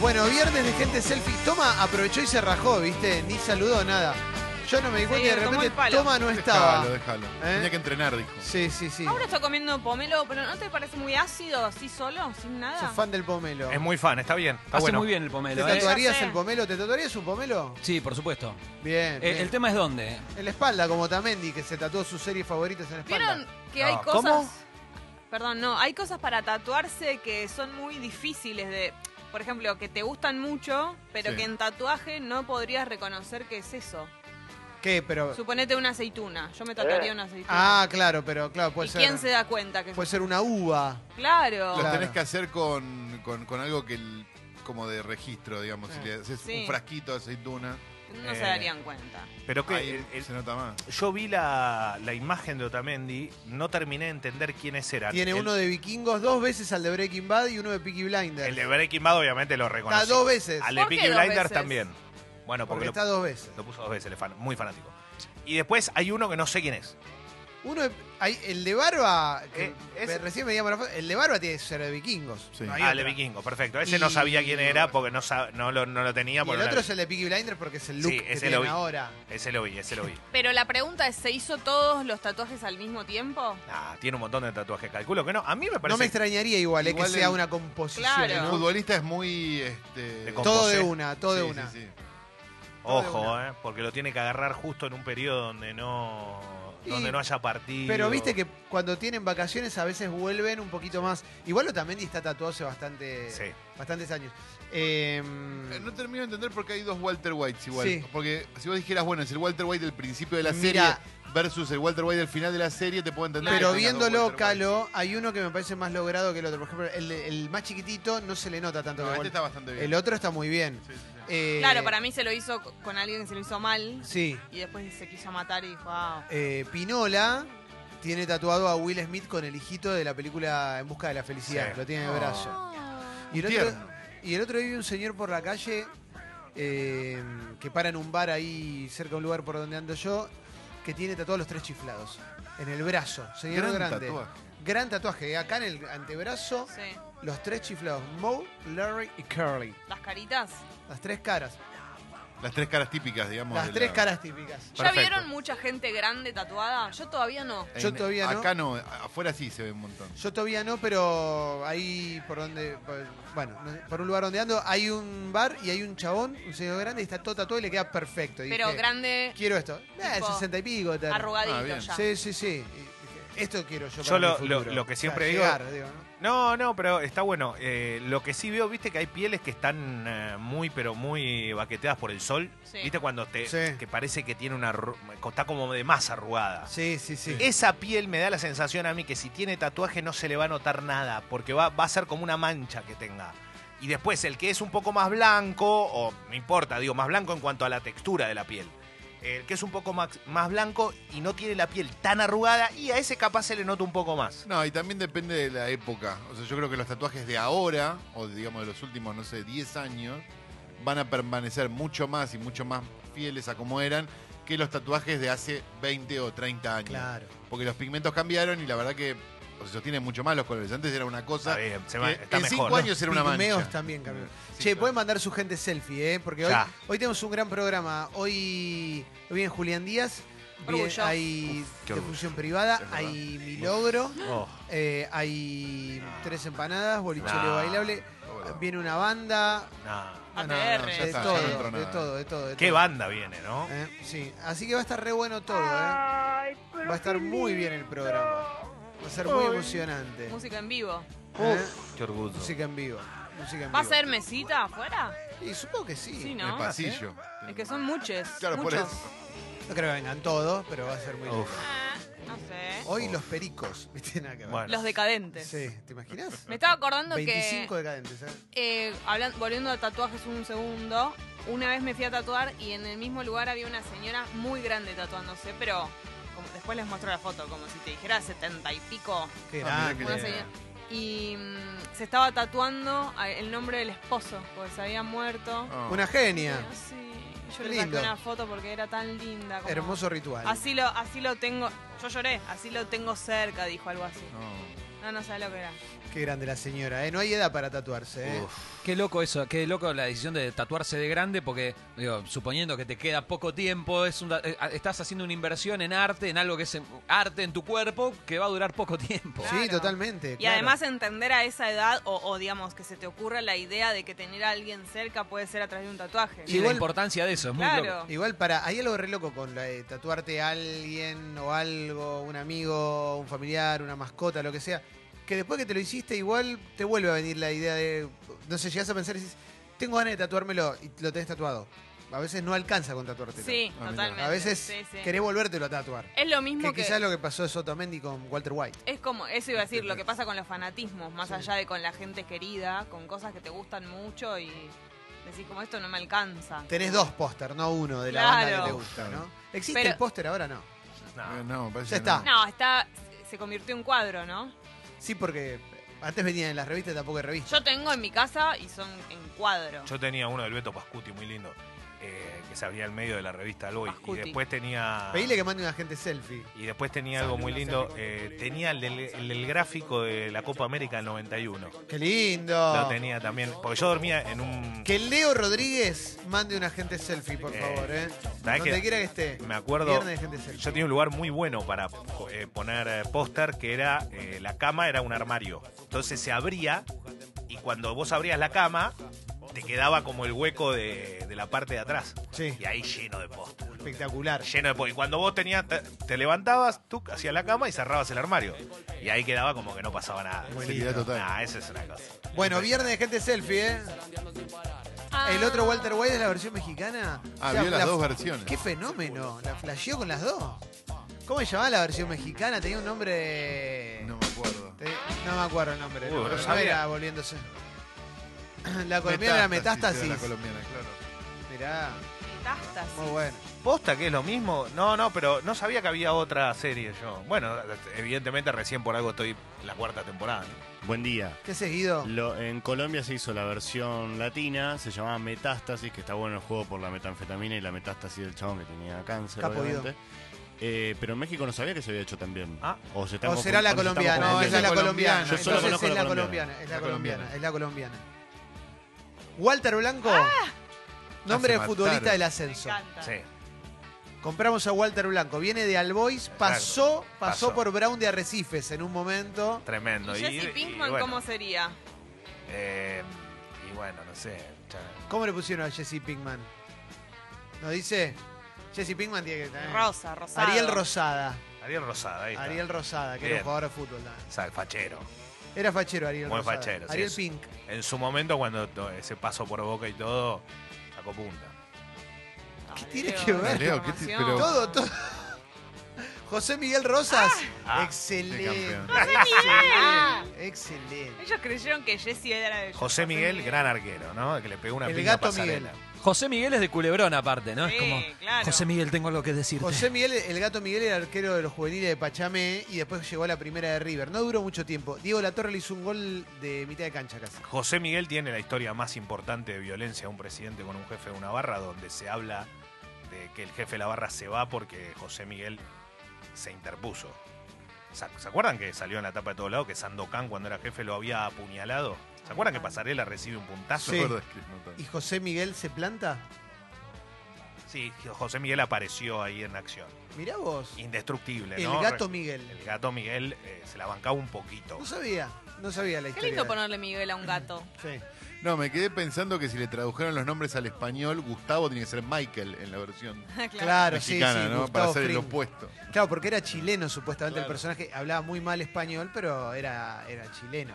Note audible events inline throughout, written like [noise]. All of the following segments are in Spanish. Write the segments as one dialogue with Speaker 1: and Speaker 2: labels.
Speaker 1: Bueno, viernes de gente selfie. Toma aprovechó y se rajó, ¿viste? Ni saludó, nada. Yo no me di cuenta y de
Speaker 2: tomó el
Speaker 1: repente
Speaker 2: palo.
Speaker 1: Toma no estaba.
Speaker 3: Déjalo, déjalo.
Speaker 1: ¿Eh?
Speaker 3: Tenía que entrenar, dijo.
Speaker 1: Sí, sí, sí.
Speaker 2: Ahora está comiendo pomelo, pero ¿no te parece muy ácido así solo,
Speaker 1: Soy
Speaker 2: sin nada?
Speaker 1: fan del pomelo.
Speaker 4: Es muy fan, está bien,
Speaker 1: Ah,
Speaker 4: está
Speaker 5: Hace
Speaker 4: bueno.
Speaker 5: muy bien el
Speaker 1: ¿Te
Speaker 5: pomelo. ¿eh?
Speaker 1: tatuarías
Speaker 2: Ya sé.
Speaker 1: el pomelo? ¿Te tatuarías un pomelo?
Speaker 5: Sí, por supuesto.
Speaker 1: Bien.
Speaker 5: Eh,
Speaker 2: Este
Speaker 1: bien.
Speaker 5: el tema es dónde.
Speaker 1: En la espalda, como Tamendi, que se tatuó sus series favoritas en la espalda.
Speaker 2: ¿Vieron que hay
Speaker 4: No,
Speaker 2: cosas...
Speaker 4: ¿cómo?
Speaker 2: Perdón, no, hay cosas para tatuarse que son muy difíciles de... Por ejemplo, que te gustan mucho, pero
Speaker 3: Sí.
Speaker 2: que en tatuaje no podrías reconocer que es eso.
Speaker 1: ¿Qué? Pero.
Speaker 2: Suponete una aceituna. Yo me tatuaría una aceituna.
Speaker 1: Ah, claro, pero claro, puede
Speaker 2: ¿Y
Speaker 1: ser.
Speaker 2: quién se da cuenta que
Speaker 1: Puede ser una uva.
Speaker 2: Claro.
Speaker 3: Lo
Speaker 1: Claro.
Speaker 3: tenés que hacer con, con, con algo que el- como de registro, digamos. Si
Speaker 1: Sí.
Speaker 3: le haces
Speaker 2: Sí.
Speaker 3: un frasquito de aceituna,
Speaker 2: No se
Speaker 4: Eh,
Speaker 2: darían cuenta.
Speaker 4: Pero que
Speaker 3: ahí
Speaker 4: el- el-
Speaker 3: se nota más.
Speaker 4: yo vi la, la imagen de Otamendi, no terminé de entender quiénes eran.
Speaker 1: Tiene
Speaker 4: El-
Speaker 1: uno de vikingos, dos veces al de Breaking Bad y uno de Peaky Blinders.
Speaker 4: El de Breaking Bad obviamente lo reconocí.
Speaker 1: Está dos veces.
Speaker 4: Al de
Speaker 2: ¿Por qué
Speaker 4: Peaky
Speaker 2: dos
Speaker 4: Blinders
Speaker 2: veces?
Speaker 4: también. Bueno,
Speaker 1: Porque
Speaker 4: porque,
Speaker 1: está
Speaker 4: lo,
Speaker 1: dos veces.
Speaker 4: lo puso dos veces, el fan, muy fanático. Y después hay uno que no sé quién es.
Speaker 1: Uno, de- hay- el de barba, que
Speaker 4: Eh, es-
Speaker 1: me- recién me llamaron, el de barba tiene que ser de vikingos.
Speaker 3: Sí.
Speaker 4: ah, el de Vikingo, perfecto. Ese no
Speaker 1: Y-
Speaker 4: sabía quién era porque no, sa- no, lo, no lo tenía.
Speaker 1: Y el
Speaker 4: porque no
Speaker 1: otro
Speaker 4: lo-
Speaker 1: es el de Peaky Blinders porque es el look
Speaker 4: Sí,
Speaker 1: que
Speaker 4: ese lo
Speaker 1: tienen
Speaker 4: vi.
Speaker 1: ahora.
Speaker 4: Ese lo vi, ese lo vi.
Speaker 2: Pero la pregunta es, ¿se hizo todos los tatuajes al mismo tiempo?
Speaker 4: Ah, tiene un montón de tatuajes, calculo que no. A mí me
Speaker 1: No
Speaker 4: parece
Speaker 1: me extrañaría igual, eh,
Speaker 3: Igual
Speaker 1: que sea
Speaker 3: el-
Speaker 1: una composición,
Speaker 2: Claro.
Speaker 3: El
Speaker 1: ¿no?
Speaker 3: futbolista es muy. Este,
Speaker 4: De comp-
Speaker 1: Todo
Speaker 4: Composé.
Speaker 1: de una, todo de
Speaker 3: Sí,
Speaker 1: una.
Speaker 3: sí, sí.
Speaker 4: Ojo, eh, porque lo tiene que agarrar justo en un periodo donde no
Speaker 1: Y-
Speaker 4: donde no haya partido.
Speaker 1: Pero viste que cuando tienen vacaciones a veces vuelven un poquito más. Igual lo también está tatuado hace bastante,
Speaker 4: Sí.
Speaker 1: bastantes años. Eh,
Speaker 3: Eh, No termino de entender por qué hay dos Walter Whites igual.
Speaker 1: Sí.
Speaker 3: Porque si vos dijeras, bueno, es el Walter White del principio de la
Speaker 1: Mira.
Speaker 3: serie versus el Walter White del final de la serie, te puedo entender.
Speaker 1: pero
Speaker 3: que tengas dos
Speaker 1: viéndolo,
Speaker 3: Walter White.
Speaker 1: Calo, hay uno que me parece más logrado que el otro. Por ejemplo, el, el más chiquitito no se le nota tanto.
Speaker 3: No,
Speaker 1: que
Speaker 3: este
Speaker 1: Walter.
Speaker 3: está bastante bien.
Speaker 1: El otro está muy bien.
Speaker 3: Sí, sí, sí.
Speaker 1: Eh,
Speaker 2: Claro, para mí se lo hizo co- con alguien que se lo hizo mal
Speaker 1: Sí.
Speaker 2: y después se quiso matar y dijo, ah,
Speaker 1: Eh, Pinola tiene tatuado a Will Smith con el hijito de la película En Busca de la Felicidad.
Speaker 4: Sí.
Speaker 1: Lo tiene en el brazo. Y el, otro,
Speaker 3: Oh. Tierno.
Speaker 1: y el otro día vi un señor por la calle eh, que para en un bar ahí cerca de un lugar por donde ando yo que tiene tatuados los tres chiflados. En el brazo. Señor
Speaker 3: Gran
Speaker 1: grande.
Speaker 3: tatuaje.
Speaker 1: Gran tatuaje. Acá en el antebrazo,
Speaker 2: sí,
Speaker 1: los tres chiflados. Moe, Larry y Curly.
Speaker 2: las caritas.
Speaker 1: Las tres caras.
Speaker 3: Las tres caras típicas, digamos.
Speaker 1: Las
Speaker 3: de
Speaker 1: tres
Speaker 3: la-
Speaker 1: caras típicas.
Speaker 2: ¿Ya
Speaker 4: Perfecto.
Speaker 2: vieron mucha gente grande tatuada? Yo todavía no.
Speaker 3: En-
Speaker 1: Yo todavía no.
Speaker 3: Acá no, afuera sí se ve un montón.
Speaker 1: Yo todavía no, pero ahí por donde. por- bueno, no- por un lugar donde ando, hay un bar y hay un chabón, un señor grande, y está todo tatuado y le queda perfecto. Y
Speaker 2: Pero
Speaker 1: dije,
Speaker 2: grande,
Speaker 1: Quiero esto. Eh,
Speaker 2: tipo,
Speaker 1: 60 y pico. tal.
Speaker 3: Ah,
Speaker 2: arrugadito
Speaker 3: bien.
Speaker 2: ya.
Speaker 1: Sí, sí, sí. Y dije, Esto quiero yo.
Speaker 4: Yo
Speaker 1: para
Speaker 4: lo-
Speaker 1: mi
Speaker 4: lo-
Speaker 1: futuro.
Speaker 4: lo que siempre digo-
Speaker 1: llegar, ¿no?
Speaker 4: No, no, pero está bueno. Eh, lo que sí veo, viste que hay pieles que están eh, muy, pero muy baqueteadas por el sol.
Speaker 2: Sí.
Speaker 4: Viste cuando te
Speaker 1: Sí.
Speaker 4: que parece que tiene una arru- está como de más arrugada.
Speaker 1: Sí, sí, sí.
Speaker 4: Esa piel me da la sensación a mí que si tiene tatuaje no se le va a notar nada, porque va, va a ser como una mancha que tenga. Y después el que es un poco más blanco, o me importa, digo, más blanco en cuanto a la textura de la piel. El que es un poco más, más blanco y no tiene la piel tan arrugada, y a ese capaz se le nota un poco más.
Speaker 3: No, y también depende de la época. O sea, yo creo que los tatuajes de ahora, o digamos de los últimos, no sé, 10 años, van a permanecer mucho más y mucho más fieles a como eran que los tatuajes de hace 20 o 30 años.
Speaker 1: Claro.
Speaker 3: Porque los pigmentos cambiaron y la verdad que o sea, sostienen mucho más los colores. Antes era una cosa.
Speaker 4: Está bien, se va-
Speaker 3: que
Speaker 4: está
Speaker 3: en
Speaker 4: mejor,
Speaker 3: 5
Speaker 4: ¿no?
Speaker 3: años era una
Speaker 1: Pigmeos
Speaker 3: mancha.
Speaker 1: también, Camilo.
Speaker 3: Sí,
Speaker 1: che,
Speaker 3: claro.
Speaker 1: pueden mandar su gente selfie, ¿eh? Porque hoy,
Speaker 4: Ya.
Speaker 1: hoy tenemos un gran programa. Hoy, hoy viene Julián Díaz. viene-
Speaker 2: Orgullo.
Speaker 1: hay
Speaker 4: qué orgullo.
Speaker 1: difusión privada,
Speaker 3: Es verdad.
Speaker 1: hay mi logro.
Speaker 4: Oh.
Speaker 1: Eh, hay tres empanadas, bolicholeo
Speaker 4: No.
Speaker 1: bailable,
Speaker 3: Bueno.
Speaker 1: viene una banda,
Speaker 4: Nah.
Speaker 2: ATR.
Speaker 3: No, ya
Speaker 1: de,
Speaker 3: está,
Speaker 1: todo,
Speaker 3: no entró
Speaker 1: de
Speaker 3: nada.
Speaker 1: todo, de todo, de
Speaker 4: Qué
Speaker 1: todo.
Speaker 4: banda viene, ¿no?
Speaker 1: Eh, sí, así que va a estar re bueno todo, eh. Va a estar muy bien el programa. Va a ser muy emocionante.
Speaker 2: Música en vivo.
Speaker 1: Eh,
Speaker 4: Qué orgullo.
Speaker 1: Música en vivo. Música en
Speaker 2: ¿Va a
Speaker 1: vivo.
Speaker 2: ser mesita afuera?
Speaker 1: Y supongo que sí.
Speaker 2: Sí,
Speaker 3: En el
Speaker 2: ¿no?
Speaker 3: pasillo.
Speaker 2: Es que son muchos.
Speaker 3: Claro, por
Speaker 2: muchos.
Speaker 3: eso.
Speaker 1: No creo que vengan todos, pero va a ser muy
Speaker 4: Uf.
Speaker 1: lindo.
Speaker 2: Ah, No sé.
Speaker 1: Hoy los pericos, [laughs] ¿viste? Nada que ver.
Speaker 4: Bueno.
Speaker 2: Los decadentes.
Speaker 1: Sí, ¿te imaginas?
Speaker 2: Me estaba acordando que...
Speaker 1: 25 decadentes, ¿eh?
Speaker 2: Eh, hablan- volviendo a tatuajes un segundo, una vez me fui a tatuar y en el mismo lugar había una señora muy grande tatuándose, pero como- después les muestro la foto, como si te dijera setenta y pico.
Speaker 1: Qué
Speaker 3: Ah, mirá
Speaker 1: grande.
Speaker 3: que
Speaker 2: una
Speaker 3: lindo.
Speaker 2: señora. Y mm, se estaba tatuando a- el nombre del esposo, porque se había muerto.
Speaker 3: Ah.
Speaker 1: Una genia.
Speaker 2: Pero sí,
Speaker 1: Qué
Speaker 2: yo le saqué
Speaker 1: lindo.
Speaker 2: una foto porque era tan linda. como-
Speaker 1: Hermoso ritual.
Speaker 2: Así lo, así lo tengo, yo lloré, así lo tengo cerca, dijo algo así.
Speaker 3: No.
Speaker 2: No, no sabe lo que era.
Speaker 1: Qué grande la señora, ¿eh? No hay edad para tatuarse, ¿eh?
Speaker 5: Qué loco eso, qué loco la decisión de tatuarse de grande, porque digo, suponiendo que te queda poco tiempo, es un da- eh, estás haciendo una inversión en arte, en algo que es en- arte en tu cuerpo, que va a durar poco tiempo.
Speaker 1: Sí,
Speaker 2: Claro.
Speaker 1: totalmente.
Speaker 2: Y
Speaker 1: claro.
Speaker 2: además eh, entender a esa edad, o, o, digamos, que se te ocurra la idea de que tener a alguien cerca puede ser a través de un tatuaje.
Speaker 5: Y
Speaker 1: Igual-
Speaker 5: la importancia de eso, es muy
Speaker 2: Claro.
Speaker 5: loco.
Speaker 1: Igual para. Hay algo re loco con la de tatuarte a alguien o algo, un amigo, un familiar, una mascota, lo que sea. Que después que te lo hiciste, igual te vuelve a venir la idea de. No sé, llegas a pensar y dices, tengo ganas de tatuármelo y lo tenés tatuado. A veces no alcanza con tatuártelo.
Speaker 2: Sí,
Speaker 3: Ah, mira.
Speaker 2: totalmente.
Speaker 1: A veces
Speaker 2: Sí, sí.
Speaker 1: querés volvértelo a tatuar.
Speaker 2: Es lo mismo
Speaker 1: Que
Speaker 2: que...
Speaker 1: quizás lo que pasó es Otamendi con Walter White.
Speaker 2: Es como, eso iba a decir, lo que pasa con los fanatismos, más allá de con la gente querida, con cosas que te gustan mucho y decís como esto no me alcanza.
Speaker 1: Tenés dos póster, no uno de la
Speaker 2: Claro.
Speaker 1: banda que te gusta, ¿no? ¿Existe
Speaker 2: Pero-
Speaker 1: el póster ahora no?
Speaker 3: Eh,
Speaker 4: No.
Speaker 3: No, me parece
Speaker 1: Ya
Speaker 3: que no.
Speaker 1: está.
Speaker 2: No, está, se convirtió en cuadro, ¿no?
Speaker 1: Sí, porque antes venían en las revistas, tampoco hay revistas.
Speaker 2: Yo tengo en mi casa y son en cuadro.
Speaker 4: Yo tenía uno del Beto Pascuti, muy lindo, eh, que se abría al medio de la revista Alboy.
Speaker 2: Pascuti.
Speaker 4: Y después tenía...
Speaker 1: Pedile que mande una gente selfie.
Speaker 4: Y después tenía algo muy lindo, eh, tenía el del, el del gráfico de la Copa América del 91.
Speaker 1: ¡Qué lindo!
Speaker 4: Lo tenía también, porque yo dormía en un...
Speaker 1: Que Leo Rodríguez mande una gente selfie, por
Speaker 4: Eh,
Speaker 1: favor, ¿eh?
Speaker 4: ¿sabés
Speaker 1: Donde
Speaker 4: qué?
Speaker 1: quiera que esté.
Speaker 4: Me acuerdo,
Speaker 1: Viernes de gente selfie.
Speaker 4: yo tenía un lugar muy bueno para eh, poner eh, póster, que era, eh, la cama era un armario. Entonces se abría y cuando vos abrías la cama, te quedaba como el hueco de, de la parte de atrás.
Speaker 1: Sí.
Speaker 4: Y ahí lleno de póster.
Speaker 1: Espectacular.
Speaker 4: Lleno de póster. Y cuando vos tenías, te, te levantabas, tú hacías la cama y cerrabas el armario. Y ahí quedaba como que no pasaba nada.
Speaker 3: Seriedad total.
Speaker 4: Nah, esa es una cosa.
Speaker 1: Bueno, viernes de gente selfie, ¿eh?
Speaker 2: Ah,
Speaker 1: El otro Walter White es la versión mexicana.
Speaker 3: Ah,
Speaker 1: O sea,
Speaker 3: vio las
Speaker 1: la-
Speaker 3: dos versiones.
Speaker 1: Qué fenómeno. La flasheó con las dos. ¿Cómo se llamaba la versión mexicana? Tenía un nombre.
Speaker 3: No me acuerdo.
Speaker 1: Te- No me acuerdo el nombre.
Speaker 4: Uy,
Speaker 1: no,
Speaker 4: no
Speaker 1: pero
Speaker 4: sabía.
Speaker 1: era volviéndose. La colombiana era metástasis.
Speaker 3: era La colombiana, claro.
Speaker 1: Mirá,
Speaker 2: metástasis.
Speaker 1: muy bueno.
Speaker 4: ¿Posta que es lo mismo? No, no, pero no sabía que había otra serie yo. Bueno, evidentemente recién por algo estoy en la cuarta temporada. ¿no?
Speaker 6: Buen día.
Speaker 1: ¿Qué seguido?
Speaker 6: Lo- en Colombia se hizo la versión latina, se llamaba Metástasis, que está bueno el juego por la metanfetamina y la metástasis del chabón que tenía cáncer,
Speaker 1: Capo Guido.
Speaker 6: obviamente. Eh, pero en México no sabía que se había hecho también.
Speaker 4: Ah.
Speaker 6: O, se están
Speaker 1: O
Speaker 6: confu-
Speaker 1: será la
Speaker 6: o se están
Speaker 1: colombiana. No, es
Speaker 6: confundiendo.
Speaker 1: la colombiana.
Speaker 6: Yo solo
Speaker 1: Entonces
Speaker 6: conozco
Speaker 1: es la
Speaker 6: la
Speaker 1: colombiana. Es la colombiana.
Speaker 3: La colombiana.
Speaker 1: Es la colombiana. Walter Blanco. Nombre
Speaker 3: Ah,
Speaker 1: de
Speaker 3: se
Speaker 1: futbolista
Speaker 3: mataron.
Speaker 1: del
Speaker 2: Me
Speaker 1: ascenso.
Speaker 2: encanta.
Speaker 4: Sí.
Speaker 1: Compramos a Walter Blanco. Viene de Albois.
Speaker 4: Exacto.
Speaker 1: Pasó, pasó
Speaker 4: Pasó.
Speaker 1: por Brown de Arrecifes en un momento.
Speaker 4: Tremendo.
Speaker 2: ¿Y Jesse Pinkman
Speaker 4: bueno,
Speaker 2: cómo sería?
Speaker 4: eh, y bueno, no sé. ya-
Speaker 1: ¿Cómo le pusieron a Jesse Pinkman? ¿Nos dice? Jesse Pinkman tiene que tener.
Speaker 2: Rosa, Rosado.
Speaker 1: Eh. Ariel Rosada.
Speaker 4: Ariel Rosada, ahí está.
Speaker 1: Ariel Rosada, que era un
Speaker 4: Bien.
Speaker 1: jugador de fútbol. también.
Speaker 4: Salfachero.
Speaker 1: Era fachero Ariel
Speaker 4: Muy
Speaker 1: Rosada.
Speaker 4: fachero, sí,
Speaker 1: Ariel
Speaker 4: es.
Speaker 1: Pink.
Speaker 4: En su momento, cuando to- ese paso por boca y todo, sacó punta.
Speaker 2: Ah,
Speaker 1: ¿Qué tiene
Speaker 2: Leo,
Speaker 1: que ver?
Speaker 3: Leo, ¿qué te-
Speaker 2: información.
Speaker 3: pero-
Speaker 1: Todo, todo. [laughs] José Miguel Rosas.
Speaker 4: Ah,
Speaker 1: excelente.
Speaker 3: qué campeón.
Speaker 2: Ah,
Speaker 1: Excelente.
Speaker 2: ellos creyeron que Jesse era de
Speaker 4: José Miguel, gran arquero, ¿no? El Que le pegó una
Speaker 1: El
Speaker 4: pinga
Speaker 1: gato
Speaker 4: pasarela.
Speaker 1: Miguel.
Speaker 5: José Miguel es de Culebrón aparte, ¿no?
Speaker 2: Sí,
Speaker 5: es como,
Speaker 2: claro.
Speaker 5: José Miguel, tengo algo que decirte.
Speaker 1: José Miguel, el gato Miguel era arquero de los juveniles de Pachamé y después llegó a la primera de River. No duró mucho tiempo. Diego Latorre le hizo un gol de mitad de cancha casi.
Speaker 4: José Miguel tiene la historia más importante de violencia a un presidente con un jefe de una barra, donde se habla de que el jefe de la barra se va porque José Miguel se interpuso. ¿Se ac- se acuerdan que salió en la tapa de todos lados que Sandokan cuando era jefe lo había apuñalado? ¿Se acuerdan que Pasarela recibe un puntazo?
Speaker 1: Sí.
Speaker 3: Me acuerdo de que no tanto.
Speaker 1: ¿Y José Miguel se planta?
Speaker 4: Sí, José Miguel apareció ahí en acción.
Speaker 1: Mirá vos.
Speaker 4: Indestructible,
Speaker 1: El
Speaker 4: ¿no?
Speaker 1: gato
Speaker 4: Re-
Speaker 1: Miguel.
Speaker 4: El gato Miguel eh, se la bancaba un poquito.
Speaker 1: No sabía. No sabía la
Speaker 2: Qué
Speaker 1: historia.
Speaker 2: lindo
Speaker 1: de-
Speaker 2: ponerle Miguel a un gato. [laughs]
Speaker 1: Sí.
Speaker 3: No, me quedé pensando que si le tradujeron los nombres al español, Gustavo tiene que ser Michael en la versión
Speaker 1: Claro, sí,
Speaker 3: mexicana,
Speaker 1: sí,
Speaker 3: ¿no?
Speaker 1: Gustavo
Speaker 3: Para hacer el
Speaker 1: Fring.
Speaker 3: opuesto.
Speaker 1: Claro, porque era chileno supuestamente el
Speaker 3: Claro.
Speaker 1: personaje. Hablaba muy mal español, pero era, era chileno.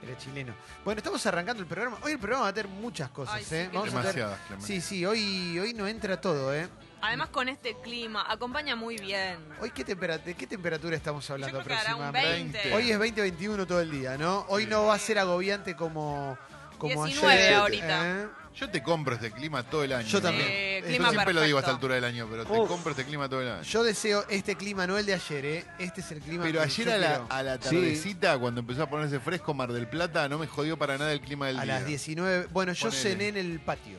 Speaker 1: Era chileno. Bueno, estamos arrancando el programa. Hoy el programa va a tener muchas cosas,
Speaker 2: Ay, sí,
Speaker 1: ¿eh?
Speaker 2: qué
Speaker 1: Vamos a tener...
Speaker 3: Demasiadas, Clemente.
Speaker 1: Sí, sí, hoy, hoy no entra todo, ¿eh?
Speaker 2: Además con este clima, acompaña muy bien.
Speaker 1: Hoy, ¿qué, tempera- de qué temperatura estamos hablando
Speaker 2: Yo creo que hará un
Speaker 1: aproximadamente?
Speaker 2: 20.
Speaker 1: Hoy es 20-21 todo el día, ¿no? Hoy
Speaker 3: Sí.
Speaker 1: no va a ser agobiante como, como
Speaker 2: 19
Speaker 1: ayer.
Speaker 2: ahorita.
Speaker 1: ¿eh?
Speaker 3: Yo te compro este clima todo el año.
Speaker 1: Yo también.
Speaker 2: Eh,
Speaker 1: Yo
Speaker 3: Yo
Speaker 2: clima
Speaker 3: siempre lo digo a esta
Speaker 2: perfecto.
Speaker 3: altura del año, pero te
Speaker 1: Uf.
Speaker 3: compro este clima todo el año.
Speaker 1: Yo deseo este clima, no el de ayer, ¿eh? Este es el clima
Speaker 3: Pero
Speaker 1: que
Speaker 3: ayer
Speaker 1: yo
Speaker 3: a la,
Speaker 1: quiero.
Speaker 3: a la tardecita, cuando empezó a ponerse fresco Mar del Plata, no me jodió para nada el clima del
Speaker 1: A
Speaker 3: día.
Speaker 1: las 19. Bueno, yo
Speaker 3: Ponele.
Speaker 1: cené en el patio.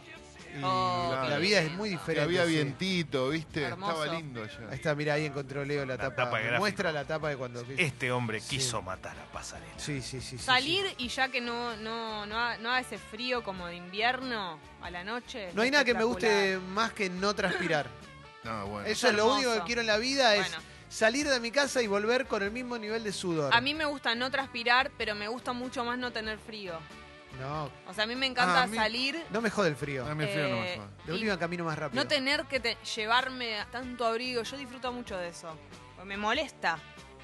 Speaker 3: y
Speaker 2: Oh,
Speaker 3: la,
Speaker 1: La
Speaker 2: qué
Speaker 1: vida es
Speaker 2: lindo.
Speaker 1: muy
Speaker 3: que
Speaker 1: diferente.
Speaker 3: había
Speaker 1: sí.
Speaker 3: vientito, ¿viste?
Speaker 2: Hermoso.
Speaker 3: Estaba lindo allá.
Speaker 1: Ahí está, mira, ahí encontró Leo la,
Speaker 4: La
Speaker 1: tapa.
Speaker 4: tapa gráfica.
Speaker 1: Muestra la tapa de cuando.
Speaker 4: Este hombre
Speaker 1: Sí.
Speaker 4: quiso matar a Pasarela.
Speaker 1: Sí, sí, sí, sí.
Speaker 2: Salir y ya que no, no, no, ha- no haga ese frío como de invierno a la noche.
Speaker 1: sí. No hay nada que me guste
Speaker 2: espectacular.
Speaker 1: más que no transpirar.
Speaker 3: No, bueno.
Speaker 1: Eso es lo
Speaker 2: Hermoso.
Speaker 1: único que quiero en la vida es
Speaker 2: Bueno.
Speaker 1: salir de mi casa y volver con el mismo nivel de sudor.
Speaker 2: A mí me gusta no transpirar, pero me gusta mucho más no tener frío.
Speaker 1: No,
Speaker 2: O sea, a mí me encanta
Speaker 3: Ah, a mí-
Speaker 2: salir.
Speaker 1: no me jode el frío.
Speaker 3: A mí el frío no me
Speaker 2: eh,
Speaker 3: joda.
Speaker 1: De
Speaker 2: y
Speaker 1: última camino más rápido.
Speaker 2: no tener que te- llevarme tanto abrigo. Yo disfruto mucho de eso. Porque Me molesta.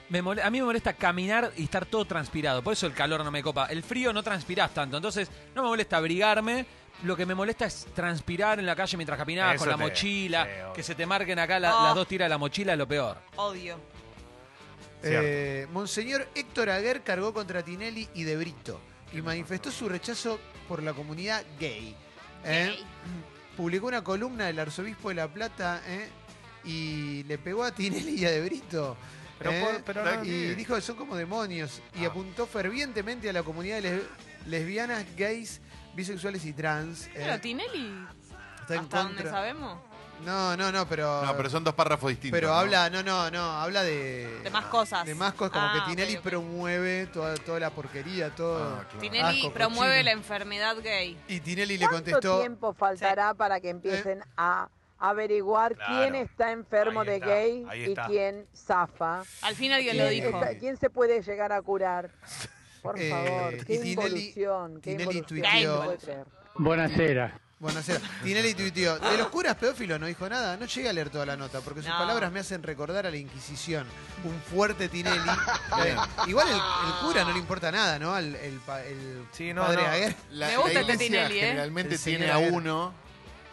Speaker 5: Me mole- a mí me molesta caminar y estar todo transpirado. Por eso el calor no me copa. El frío no transpirás tanto. Entonces no me molesta abrigarme. Lo que me molesta es transpirar en la calle mientras caminás
Speaker 4: Eso
Speaker 5: con la
Speaker 4: te-
Speaker 5: mochila.
Speaker 4: sí, obvio.
Speaker 5: que se te marquen acá la-
Speaker 2: Ah.
Speaker 5: las dos tiras de la mochila, es lo peor.
Speaker 2: Odio.
Speaker 1: Eh, Monseñor Héctor Aguer cargó contra Tinelli y De Brito y manifestó su rechazo por la comunidad gay. ¿eh?
Speaker 2: Gay.
Speaker 1: Publicó una columna del arzobispo de La Plata ¿eh? y le pegó a Tinelli y a De Brito.
Speaker 4: Pero
Speaker 1: ¿eh?
Speaker 4: por- pero no-
Speaker 1: y dijo que son como demonios y
Speaker 4: Ah.
Speaker 1: apuntó fervientemente a la comunidad de les- lesbianas, gays, bisexuales y trans. ¿eh?
Speaker 2: Pero Tinelli,
Speaker 1: Está en
Speaker 2: hasta donde
Speaker 1: contra-
Speaker 2: sabemos,
Speaker 1: No, no, no, pero...
Speaker 3: No, pero son dos párrafos distintos.
Speaker 1: pero
Speaker 3: ¿no?
Speaker 1: habla, no, no, no, habla de...
Speaker 2: de más cosas.
Speaker 1: Eh, De más cosas, como
Speaker 2: Ah,
Speaker 1: que Tinelli
Speaker 2: ok, ok.
Speaker 1: promueve toda, toda la porquería, todo.
Speaker 3: Ah, claro.
Speaker 2: Tinelli
Speaker 1: asco,
Speaker 2: promueve
Speaker 1: cochino.
Speaker 2: la enfermedad gay.
Speaker 1: Y Tinelli le
Speaker 7: ¿Cuánto
Speaker 1: contestó.
Speaker 7: tiempo faltará para
Speaker 1: Eh.
Speaker 7: que empiecen a averiguar
Speaker 4: Claro.
Speaker 7: quién está enfermo
Speaker 4: Ahí
Speaker 7: de
Speaker 4: está,
Speaker 7: gay
Speaker 4: ahí
Speaker 7: y
Speaker 4: está.
Speaker 7: quién zafa?
Speaker 2: Al fin alguien
Speaker 7: ¿Quién,
Speaker 2: lo
Speaker 1: Eh,
Speaker 2: dijo.
Speaker 7: está- quién se puede llegar a curar? Por
Speaker 1: [laughs] Eh,
Speaker 7: favor,
Speaker 1: y
Speaker 7: qué
Speaker 1: Tinelli-
Speaker 7: involución, qué
Speaker 1: Tinelli
Speaker 7: involución,
Speaker 2: tuiteó-
Speaker 7: no se puede creer.
Speaker 8: Buonasera.
Speaker 1: Bueno, o sea, Tinelli tuiteó. De los curas pedófilos no dijo nada. No llegué a leer toda la nota porque sus
Speaker 2: No.
Speaker 1: palabras me hacen recordar a la Inquisición. Un fuerte Tinelli.
Speaker 2: [laughs]
Speaker 1: Eh, igual el, el cura no le importa nada, ¿no? Al- el, pa- el
Speaker 4: Sí, no,
Speaker 1: padre
Speaker 4: no.
Speaker 1: Aguer,
Speaker 3: La,
Speaker 2: Me gusta
Speaker 3: la
Speaker 2: este
Speaker 3: iglesia
Speaker 2: Tinelli, ¿eh?
Speaker 3: generalmente
Speaker 1: El señor
Speaker 3: tiene a
Speaker 1: Aguer.
Speaker 3: uno,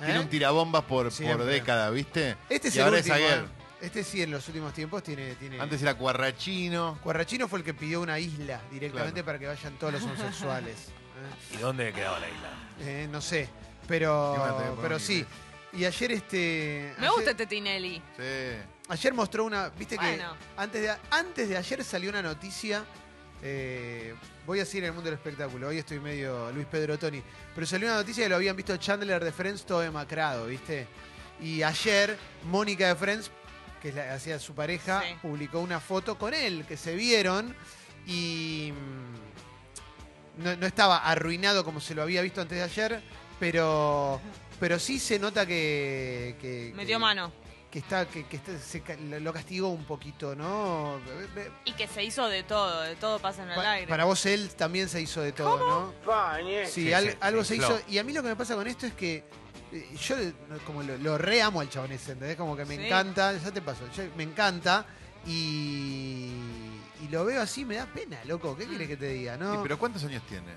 Speaker 1: ¿eh?
Speaker 3: tiene un tirabombas por, por
Speaker 1: Siempre.
Speaker 3: década, ¿viste?
Speaker 1: Este es
Speaker 3: y
Speaker 1: el
Speaker 3: ahora
Speaker 1: último.
Speaker 3: es Aguer.
Speaker 1: ¿eh? Este sí, en los últimos tiempos tiene. tiene...
Speaker 3: Antes era Cuarrachino.
Speaker 1: Cuarrachino fue el que pidió una isla directamente
Speaker 3: Claro.
Speaker 1: para que vayan todos
Speaker 2: [laughs]
Speaker 1: los homosexuales. ¿eh?
Speaker 4: ¿Y dónde quedaba la isla?
Speaker 1: Eh, no sé,
Speaker 3: Igual te voy a
Speaker 1: pero,
Speaker 3: poner
Speaker 1: pero
Speaker 3: un
Speaker 1: sí. Y ayer este.
Speaker 2: Me
Speaker 1: ayer-
Speaker 2: gusta este Tinelli.
Speaker 3: Sí.
Speaker 1: Ayer mostró una. Viste que
Speaker 2: Bueno.
Speaker 1: antes, de, antes de ayer salió una noticia. eh, voy a seguir en el mundo del espectáculo. Hoy estoy medio Luis Pedro Toni. Pero salió una noticia que lo habían visto Chandler de Friends todo demacrado, ¿viste? Y ayer Mónica de Friends, que es la- hacía su pareja,
Speaker 2: Sí.
Speaker 1: publicó una foto con él, que se vieron y. mm, No, no estaba arruinado como se lo había visto antes de ayer, pero. Pero sí se nota que. que
Speaker 2: Metió
Speaker 1: que-
Speaker 2: mano.
Speaker 1: que está que, que está- se ca- lo lo castigó un poquito, ¿no? Ve- ve-
Speaker 2: Y que se hizo de todo, de todo pasa en el
Speaker 1: pa-
Speaker 2: aire.
Speaker 1: para vos él también se hizo de todo, ¿no? Sí,
Speaker 4: Sí,
Speaker 1: al-
Speaker 4: sí,
Speaker 1: algo
Speaker 4: sí,
Speaker 1: se
Speaker 4: Flo.
Speaker 1: hizo. Y a mí lo que me pasa con esto es que eh, yo eh, como lo, lo re amo al chabón ese, ¿entendés? Como que me
Speaker 2: Sí.
Speaker 1: encanta, ya te paso, yo- me encanta y, y lo veo así, me da pena, loco. ¿Qué quieres que te diga,
Speaker 3: Sí,
Speaker 1: no?
Speaker 3: pero ¿cuántos años tiene?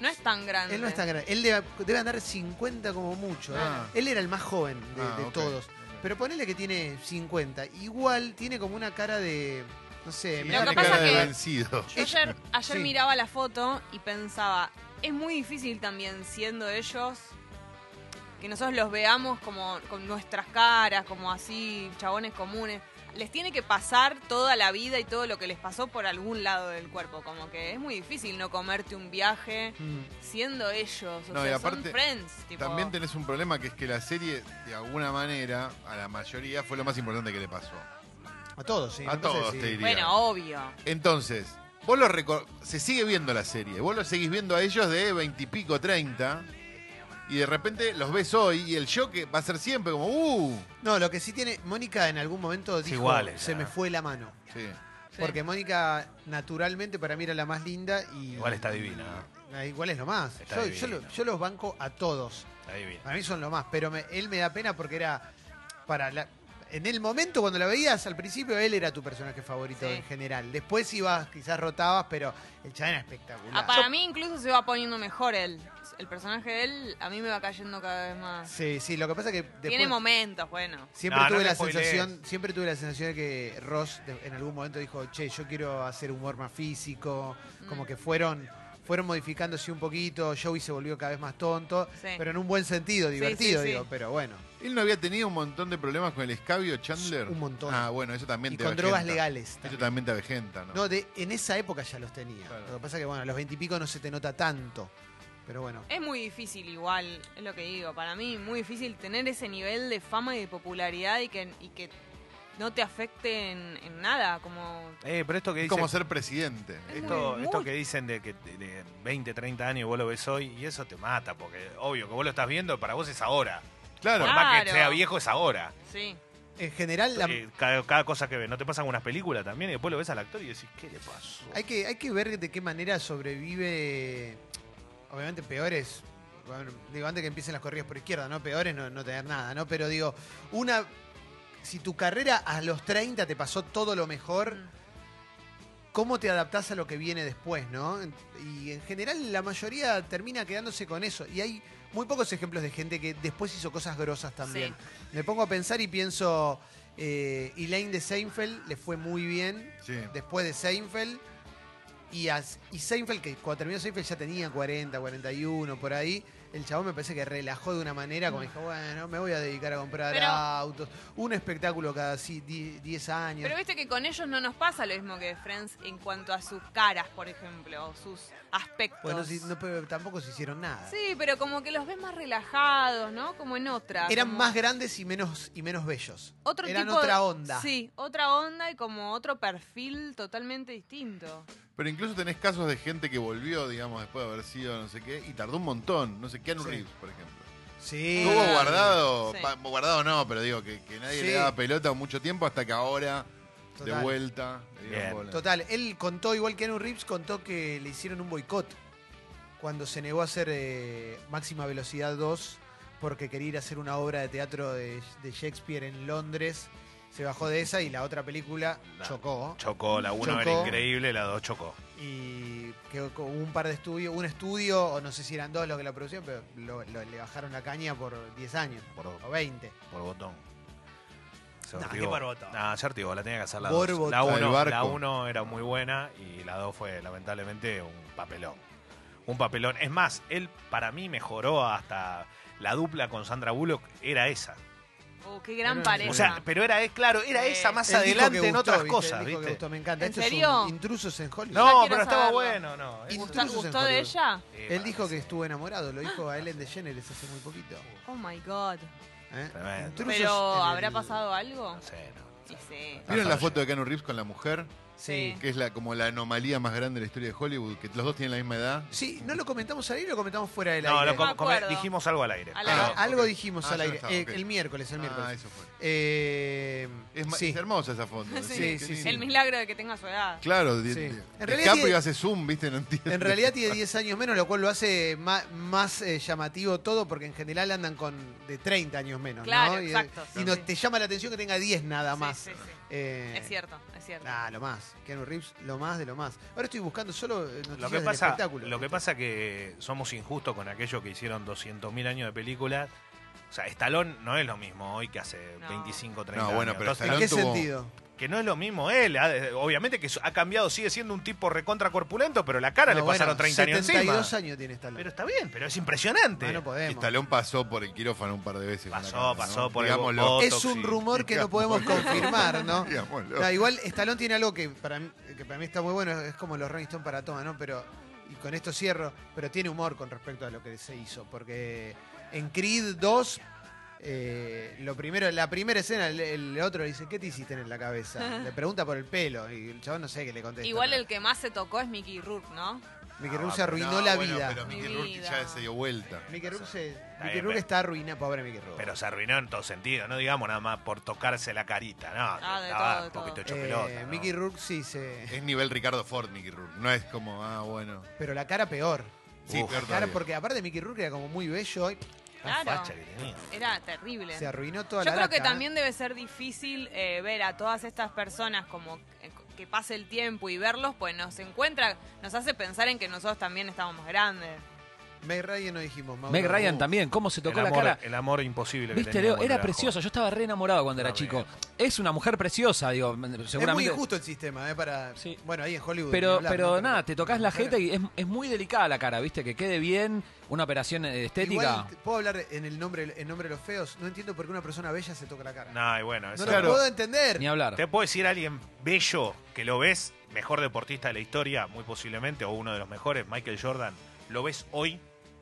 Speaker 2: No es tan grande.
Speaker 1: Él no es tan grande. Él debe, debe andar 50 como mucho. ¿eh?
Speaker 3: Ah.
Speaker 1: Él era el más joven de,
Speaker 3: Ah,
Speaker 1: de
Speaker 3: ok.
Speaker 1: todos. Pero ponele que tiene 50. Igual tiene como una cara de. No sé,
Speaker 3: Sí,
Speaker 1: me
Speaker 2: Lo
Speaker 1: da
Speaker 3: tiene
Speaker 2: que pasa
Speaker 3: cara de
Speaker 2: que-
Speaker 3: vencido.
Speaker 2: Yo ayer, ayer
Speaker 1: Sí.
Speaker 2: miraba la foto y pensaba, es muy difícil también siendo ellos que nosotros los veamos como con nuestras caras, como así, chabones comunes. Les tiene que pasar toda la vida y todo lo que les pasó por algún lado del cuerpo. Como que es muy difícil no comerte un viaje
Speaker 1: Mm.
Speaker 2: siendo ellos. O
Speaker 3: No, y
Speaker 2: sea,
Speaker 3: aparte,
Speaker 2: son friends. Tipo,
Speaker 3: También tenés un problema que es que la serie, de alguna manera, a la mayoría fue lo más importante que le pasó.
Speaker 1: A todos, sí.
Speaker 3: A
Speaker 1: me parece
Speaker 3: todos,
Speaker 1: que
Speaker 3: te
Speaker 1: sí.
Speaker 3: diría.
Speaker 2: Bueno, obvio.
Speaker 3: Entonces, vos lo reco- se sigue viendo la serie, vos lo seguís viendo a ellos de veintipico, treinta, y de repente los ves hoy y el shock va a ser siempre como, uh,
Speaker 1: No, lo que sí tiene. Mónica en algún momento dijo:
Speaker 4: iguales,
Speaker 1: Se
Speaker 4: ya.
Speaker 1: me fue la mano.
Speaker 3: sí.
Speaker 1: Porque Mónica, naturalmente, para mí era la más linda y.
Speaker 4: Igual está divina.
Speaker 1: Ah, Igual es lo más.
Speaker 4: Está
Speaker 1: Yo, yo,
Speaker 4: divina.
Speaker 1: lo- yo los banco a todos.
Speaker 4: Está divina.
Speaker 1: Para mí son lo más, pero me- él me da pena porque era para la- en el momento cuando la veías al principio él era tu personaje favorito
Speaker 2: Sí.
Speaker 1: en general. Después ibas, quizás rotabas, pero el chabón era espectacular.
Speaker 2: Ah, para mí incluso se va poniendo mejor él. El personaje de él a mí me va cayendo cada vez más.
Speaker 1: Sí, sí, lo que pasa es que después
Speaker 2: Tiene momentos, bueno.
Speaker 1: siempre
Speaker 4: No, no
Speaker 1: tuve
Speaker 4: me
Speaker 1: la
Speaker 4: spoilees.
Speaker 1: sensación, siempre tuve la sensación de que Ross de- en algún momento dijo, "Che, yo quiero hacer humor más físico", como
Speaker 2: Mm.
Speaker 1: que fueron fueron modificándose un poquito, Joey se volvió cada vez más tonto,
Speaker 2: Sí.
Speaker 1: pero en un buen sentido,
Speaker 2: Sí,
Speaker 1: divertido,
Speaker 2: sí, sí.
Speaker 1: digo, pero bueno.
Speaker 3: Él no había tenido un montón de problemas con el escabio, Chandler.
Speaker 1: Un montón.
Speaker 3: Ah, bueno, eso también
Speaker 1: Y
Speaker 3: te
Speaker 1: con drogas
Speaker 3: avejenta.
Speaker 1: legales.
Speaker 3: Eso
Speaker 1: también.
Speaker 3: también te avejenta, ¿no?
Speaker 1: No, de, en esa época ya los tenía.
Speaker 3: Claro.
Speaker 1: Lo que pasa es que, bueno, a los veintipico no se te nota tanto. Pero bueno.
Speaker 2: Es muy difícil igual, es lo que digo. Para mí muy difícil tener ese nivel de fama y de popularidad y que, y que no te afecte en, en nada. Como
Speaker 4: Eh, pero esto que
Speaker 3: Es
Speaker 4: dice
Speaker 3: como ser presidente.
Speaker 4: Esto,
Speaker 2: muy-
Speaker 4: esto que dicen de que de- de 20, 30 años y vos lo ves hoy, y eso te mata, porque obvio que vos lo estás viendo, para vos es ahora.
Speaker 3: Claro.
Speaker 4: Por más que
Speaker 2: Claro.
Speaker 4: sea viejo, es ahora.
Speaker 2: Sí.
Speaker 1: En general, la-
Speaker 4: Eh, cada, cada cosa que ves, ¿no te pasan unas películas también? Y después lo ves al actor y decís, ¿qué le pasó?
Speaker 1: hay, que, hay que ver de qué manera sobrevive. Obviamente, peores. bueno, digo, antes que empiecen las corridas por izquierda, ¿no? Peores no, no tener nada, ¿no? Pero digo, una. Si tu carrera a los 30 te pasó todo lo mejor,
Speaker 2: Mm.
Speaker 1: ¿cómo te adaptás a lo que viene después, no? Y en general, la mayoría termina quedándose con eso. Y hay muy pocos ejemplos de gente que después hizo cosas grosas también. Me pongo a pensar y pienso. eh, Elaine de Seinfeld le fue muy bien
Speaker 3: Sí.
Speaker 1: después de Seinfeld. Y, as- y Seinfeld, que cuando terminó Seinfeld ya tenía 40, 41, por ahí. El chabón me parece que relajó de una manera, como dijo, bueno, me voy a dedicar a comprar
Speaker 2: Mm. Pero-
Speaker 1: autos. Un espectáculo cada sí, die- 10 años.
Speaker 2: Pero viste que con ellos no nos pasa lo mismo que de Friends en cuanto a sus caras, por ejemplo, o sus aspectos.
Speaker 1: Bueno, sí, no, pero tampoco se hicieron nada.
Speaker 2: Sí, pero como que los ves más relajados, ¿no? Como en otra.
Speaker 1: Eran
Speaker 2: como
Speaker 1: más grandes y menos, y menos bellos.
Speaker 2: otro
Speaker 1: Eran
Speaker 2: tipo de-
Speaker 1: otra onda.
Speaker 2: Sí, otra onda y como otro perfil totalmente distinto.
Speaker 3: Pero incluso tenés casos de gente que volvió, digamos, después de haber sido no sé qué, y tardó un montón. No sé, Keanu
Speaker 1: Sí.
Speaker 3: Reeves, por ejemplo.
Speaker 1: Sí.
Speaker 3: Estuvo guardado,
Speaker 2: Sí.
Speaker 3: pa- guardado no, pero digo que, que nadie
Speaker 1: Sí.
Speaker 3: le daba pelota mucho tiempo hasta que ahora,
Speaker 1: Total.
Speaker 3: de vuelta, le dieron
Speaker 4: Bien.
Speaker 3: bola.
Speaker 1: Total, él contó, igual que Anu Reeves, contó que le hicieron un boicot cuando se negó a hacer eh, Máxima Velocidad 2 porque quería ir a hacer una obra de teatro de, de Shakespeare en Londres. Se bajó de esa y la otra película
Speaker 4: La-
Speaker 1: chocó.
Speaker 4: Chocó, la 1 era
Speaker 1: Chocó.
Speaker 4: increíble, la 2 chocó.
Speaker 1: Y quedó con un par de estudios, un estudio, o no sé si eran dos los que la producían, pero lo- lo- le bajaron la caña por 10 años
Speaker 4: Por,
Speaker 1: o 20.
Speaker 4: por botón. Se
Speaker 1: Nah,
Speaker 4: ortigó.
Speaker 1: qué por botón.
Speaker 4: Nah, se ortigó, la tenía que hacer la
Speaker 1: Por
Speaker 4: 2.
Speaker 1: botón.
Speaker 4: La
Speaker 3: La del
Speaker 4: 1
Speaker 3: barco.
Speaker 4: la uno era muy buena y la 2 fue lamentablemente un papelón. Un papelón. Es más, él para mí mejoró hasta la dupla con Sandra Bullock, era esa.
Speaker 2: Oh, qué gran
Speaker 1: Bueno,
Speaker 2: pareja.
Speaker 4: O sea, pero era, claro, era
Speaker 2: Sí.
Speaker 4: esa más
Speaker 1: Él dijo
Speaker 4: adelante
Speaker 1: que
Speaker 4: en
Speaker 1: gustó,
Speaker 4: otras
Speaker 1: ¿viste?
Speaker 4: cosas,
Speaker 1: Él dijo que
Speaker 4: ¿viste?
Speaker 1: gustó, me encanta.
Speaker 2: ¿En
Speaker 1: Esto
Speaker 2: serio?
Speaker 1: es un intrusos en Hollywood.
Speaker 2: Ya
Speaker 4: No,
Speaker 2: quiero
Speaker 4: pero estaba
Speaker 2: saberlo.
Speaker 4: bueno,
Speaker 1: Y-
Speaker 4: no.
Speaker 2: ¿Gusta-
Speaker 1: Intrusos en
Speaker 2: ¿Gustó de
Speaker 1: Hollywood.
Speaker 2: ella?
Speaker 4: Eh,
Speaker 1: Él
Speaker 4: para
Speaker 1: dijo
Speaker 4: mí
Speaker 1: que
Speaker 4: sí.
Speaker 1: estuvo enamorado, lo dijo a Ellen DeGeneres hace muy poquito.
Speaker 2: Oh my god.
Speaker 1: ¿Eh?
Speaker 4: Tremendo.
Speaker 1: Intrusos
Speaker 2: Pero
Speaker 1: en
Speaker 2: ¿habrá
Speaker 1: el-
Speaker 2: pasado algo?
Speaker 4: No sé, no.
Speaker 2: Sí, sí.
Speaker 3: ¿Vieron la
Speaker 4: Ajá,
Speaker 3: foto de Keanu Reeves con la mujer?
Speaker 1: Sí.
Speaker 3: Que es la, como la anomalía más grande de la historia de Hollywood, que los dos tienen la misma edad.
Speaker 1: Sí, no lo comentamos al aire, lo comentamos fuera del
Speaker 4: No,
Speaker 1: aire.
Speaker 4: lo com-
Speaker 2: No me
Speaker 4: com-
Speaker 2: acuerdo.
Speaker 4: dijimos algo al aire.
Speaker 2: Al
Speaker 1: Ah,
Speaker 2: aire.
Speaker 1: algo
Speaker 3: ok.
Speaker 1: dijimos
Speaker 3: Ah,
Speaker 1: al
Speaker 3: yo no
Speaker 1: aire.
Speaker 3: estaba,
Speaker 1: Eh,
Speaker 3: ok.
Speaker 1: El miércoles, el
Speaker 3: Ah,
Speaker 1: miércoles.
Speaker 3: eso fue.
Speaker 1: Eh,
Speaker 3: Es, ma-
Speaker 1: sí.
Speaker 3: es hermosa esa foto.
Speaker 2: Sí,
Speaker 3: qué
Speaker 1: sí, sí.
Speaker 2: El
Speaker 3: lindo.
Speaker 2: milagro de que tenga su edad.
Speaker 3: Claro,
Speaker 1: Sí.
Speaker 3: de,
Speaker 1: En realidad tiene-
Speaker 3: hace zoom, ¿viste? No entiendo.
Speaker 1: En realidad tiene 10 años menos, lo cual lo hace ma- más, eh, llamativo todo, porque en general andan con de 30 años menos,
Speaker 2: Claro,
Speaker 1: ¿no? Y,
Speaker 2: exacto,
Speaker 1: Y
Speaker 2: sí,
Speaker 1: no,
Speaker 2: sí.
Speaker 1: te llama la atención que tenga 10 nada
Speaker 2: Sí,
Speaker 1: más.
Speaker 2: sí, sí.
Speaker 1: Eh,
Speaker 2: Es cierto, es cierto.
Speaker 1: Ah, lo más. Keanu Reeves, lo más de lo más. Ahora estoy buscando solo eh, noticias
Speaker 4: Lo que,
Speaker 1: del
Speaker 4: pasa,
Speaker 1: espectáculo.
Speaker 4: lo que pasa que somos injustos con aquellos que hicieron 200.000 años de películas. O sea, Stallone no es lo mismo hoy que hace
Speaker 2: No.
Speaker 4: 25, 30
Speaker 3: No, bueno,
Speaker 4: años.
Speaker 3: pero
Speaker 4: Entonces,
Speaker 1: ¿En
Speaker 3: Stallone
Speaker 1: qué
Speaker 3: tuvo-
Speaker 1: sentido?
Speaker 4: que no es lo mismo él. ah, eh, Obviamente que ha cambiado, sigue siendo un tipo recontra corpulento, pero la cara
Speaker 1: No,
Speaker 4: le
Speaker 1: bueno,
Speaker 4: pasaron 30 años encima.
Speaker 1: 72 años tiene Stallone.
Speaker 4: Pero está bien, pero es impresionante.
Speaker 1: Ah, no podemos.
Speaker 3: Estalón pasó por el quirófano un par de veces. con la
Speaker 4: Pasó,
Speaker 3: cámara,
Speaker 4: pasó por el
Speaker 3: Digámoslo.
Speaker 4: botón.
Speaker 1: Es un
Speaker 4: Botox y-
Speaker 1: rumor que no podemos confirmar, ¿no?
Speaker 3: Digámoslo.
Speaker 1: No, igual Stallone tiene algo que para, mí, que para mí está muy bueno, es como los Rolling Stones para Toma, ¿no? Pero, y con esto cierro, pero tiene humor con respecto a lo que se hizo, porque en Creed 2, eh, lo primero, la primera escena, el, el otro le dice, ¿qué te hiciste en la cabeza? Le pregunta por el pelo, y el chabón no sé qué le contesta.
Speaker 2: Igual el que más se tocó es Mickey Rourke, ¿no?
Speaker 1: Mickey Rourke
Speaker 3: Ah,
Speaker 1: se
Speaker 3: pero
Speaker 1: arruinó
Speaker 3: no,
Speaker 1: la
Speaker 3: bueno,
Speaker 1: vida.
Speaker 3: Pero Mickey
Speaker 2: Mi
Speaker 3: Rourke ya
Speaker 2: vida.
Speaker 3: se dio vuelta.
Speaker 1: Mickey Rourke, se- Mickey Rourke
Speaker 4: bien, pero-
Speaker 1: está arruinado, pobre Mickey Rourke.
Speaker 4: Pero se arruinó en todo sentido, no digamos nada más por tocarse la carita, no,
Speaker 2: Ah, de
Speaker 4: estaba
Speaker 2: todo, de
Speaker 4: un poquito
Speaker 2: todo.
Speaker 4: hecho
Speaker 1: Eh,
Speaker 4: pelota. ¿no?
Speaker 1: Mickey Rourke sí se...
Speaker 3: Es nivel Ricardo Ford, Mickey Rourke. No es como, ah, bueno.
Speaker 1: Pero la cara peor.
Speaker 3: Sí,
Speaker 4: Uf,
Speaker 3: peor
Speaker 1: La cara,
Speaker 3: todavía.
Speaker 1: porque aparte Mickey Rourke era como muy bello y
Speaker 4: La
Speaker 2: Claro.
Speaker 4: facha que tenía.
Speaker 2: Era terrible.
Speaker 1: se arruinó
Speaker 2: Ah, Yo
Speaker 1: toda la
Speaker 2: creo que
Speaker 1: laca, ¿eh?
Speaker 2: también debe ser difícil eh, ver a todas estas personas como eh, que pase el tiempo y verlos, pues nos encuentra, nos hace pensar en que nosotros también estábamos grandes.
Speaker 1: Meg Ryan no dijimos. Mauro.
Speaker 5: Meg Ryan
Speaker 1: Uh,
Speaker 5: también, cómo se tocó
Speaker 4: el,
Speaker 5: la
Speaker 4: amor,
Speaker 1: este
Speaker 5: cara.
Speaker 4: el amor imposible que
Speaker 5: Viste,
Speaker 4: tenía
Speaker 5: Leo,
Speaker 4: cuando
Speaker 5: era precioso.
Speaker 4: joven.
Speaker 5: Yo estaba re enamorado cuando era
Speaker 4: Una
Speaker 5: chico.
Speaker 4: mierda.
Speaker 5: Es una mujer preciosa, digo,
Speaker 1: Es muy
Speaker 5: seguramente.
Speaker 1: injusto el sistema, ¿eh? Para,
Speaker 5: Sí.
Speaker 1: Bueno, ahí en Hollywood. ni
Speaker 5: Pero,
Speaker 1: hablar, ¿no?
Speaker 5: pero nada, te tocas la
Speaker 1: Claro.
Speaker 5: jeta y es, es muy delicada la cara, ¿viste? Que quede bien, una operación eh, estética.
Speaker 1: Igual, ¿puedo hablar en el nombre en nombre de los feos? No entiendo por qué una persona bella se toca la cara.
Speaker 4: No, y bueno,
Speaker 1: No
Speaker 4: eso-
Speaker 1: lo puedo entender.
Speaker 5: Ni hablar.
Speaker 4: Te puedo decir a alguien bello que lo ves, mejor deportista de la historia, muy posiblemente, o uno de los mejores, Michael Jordan, lo ves hoy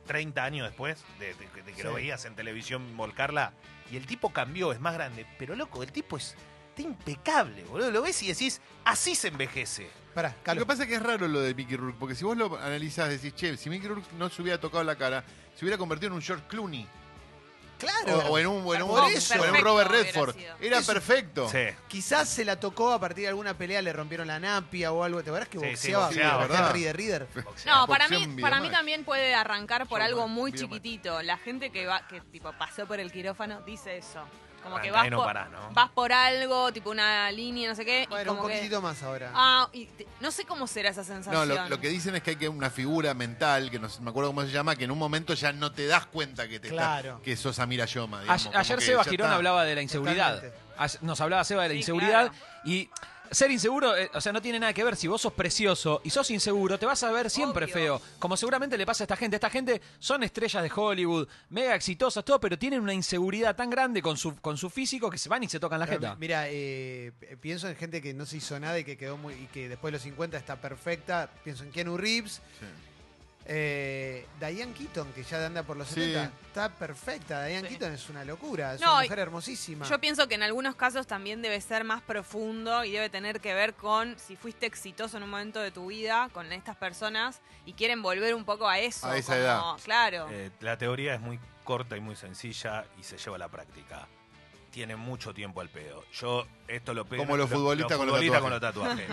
Speaker 4: 30 años después de, de- de que lo
Speaker 1: Sí.
Speaker 4: veías en televisión volcarla. Y el tipo cambió, es más grande. Pero loco, el tipo es está impecable, boludo. Lo ves y decís, así se envejece.
Speaker 1: Pará,
Speaker 3: Lo
Speaker 1: Calo.
Speaker 3: que pasa es que es raro lo de Mickey Rourke, porque si vos lo analizás, decís, che, si Mickey Rourke no se hubiera tocado la cara, se hubiera convertido en un George Clooney.
Speaker 1: Claro.
Speaker 3: O, o en un, o en un-
Speaker 1: Por eso.
Speaker 3: o en un Robert
Speaker 2: Perfecto
Speaker 3: Redford.
Speaker 2: hubiera sido.
Speaker 3: Era
Speaker 1: Eso-
Speaker 3: perfecto.
Speaker 4: Sí.
Speaker 1: Quizás se la tocó a partir de alguna pelea, le rompieron la napia o algo. ¿Te acuerdas que
Speaker 4: Sí, sí,
Speaker 1: boxeaba?
Speaker 4: boxeaba,
Speaker 1: Henry
Speaker 3: ¿verdad?
Speaker 1: de Reader.
Speaker 2: No, para
Speaker 3: Boxeo en
Speaker 2: mí, para mí
Speaker 3: Videomatch.
Speaker 2: también puede arrancar por
Speaker 3: Showmatch,
Speaker 2: algo muy
Speaker 3: Videomatch.
Speaker 2: chiquitito. La gente que va, que tipo pasó por el quirófano dice eso. Como que
Speaker 4: Arranca
Speaker 2: vas,
Speaker 4: y no
Speaker 2: por,
Speaker 4: parás, ¿no?
Speaker 2: vas por algo, tipo una línea, no sé qué. y
Speaker 1: Bueno, un
Speaker 2: como que-
Speaker 1: poquitito más ahora.
Speaker 2: Ah, y te- no sé cómo será esa
Speaker 3: No,
Speaker 2: sensación.
Speaker 3: lo, lo que dicen es que hay que una figura mental, que no sé- me acuerdo cómo se llama, que en un momento ya no te das cuenta que te está-
Speaker 1: Claro.
Speaker 3: que sos Amira Yoma. digamos,
Speaker 5: Ayer,
Speaker 3: como
Speaker 5: ayer
Speaker 3: que
Speaker 5: Seba
Speaker 3: ya
Speaker 5: Girón
Speaker 3: está.
Speaker 5: hablaba de la inseguridad.
Speaker 1: Totalmente.
Speaker 5: Ayer- nos hablaba Seba de la
Speaker 2: Sí,
Speaker 5: inseguridad
Speaker 2: claro.
Speaker 5: y ser inseguro, eh, o sea, no tiene nada que ver. Si vos sos precioso y sos inseguro, te vas a ver siempre
Speaker 2: Obvio.
Speaker 5: feo. Como seguramente le pasa a esta gente. Esta gente son estrellas de Hollywood, mega exitosas, todo, pero tienen una inseguridad tan grande con su, con su físico que se van y se tocan la
Speaker 1: Pero
Speaker 5: jeta.
Speaker 1: mi- Mira, eh, p- pienso en gente que no se hizo nada y que quedó muy y que después de los 50 está perfecta. Pienso en Keanu Reeves.
Speaker 3: Sí.
Speaker 1: Eh, Diane Keaton, que ya anda por los
Speaker 3: Sí.
Speaker 1: 70, está perfecta. Diane
Speaker 2: Sí.
Speaker 1: Keaton es una locura, es
Speaker 2: No,
Speaker 1: una
Speaker 2: y-
Speaker 1: mujer
Speaker 3: Ah.
Speaker 1: hermosísima.
Speaker 2: Yo pienso que en algunos casos también debe ser más profundo y debe tener que ver con si fuiste exitoso en un momento de tu vida con estas personas y quieren volver un poco a eso.
Speaker 3: A esa
Speaker 2: como-
Speaker 3: edad.
Speaker 2: Claro.
Speaker 4: Eh, la teoría es muy corta y muy sencilla y se lleva a la práctica. Tiene mucho tiempo al pedo. Yo esto lo pego.
Speaker 3: Como los futbolistas con los
Speaker 4: futbolistas con los tatuajes.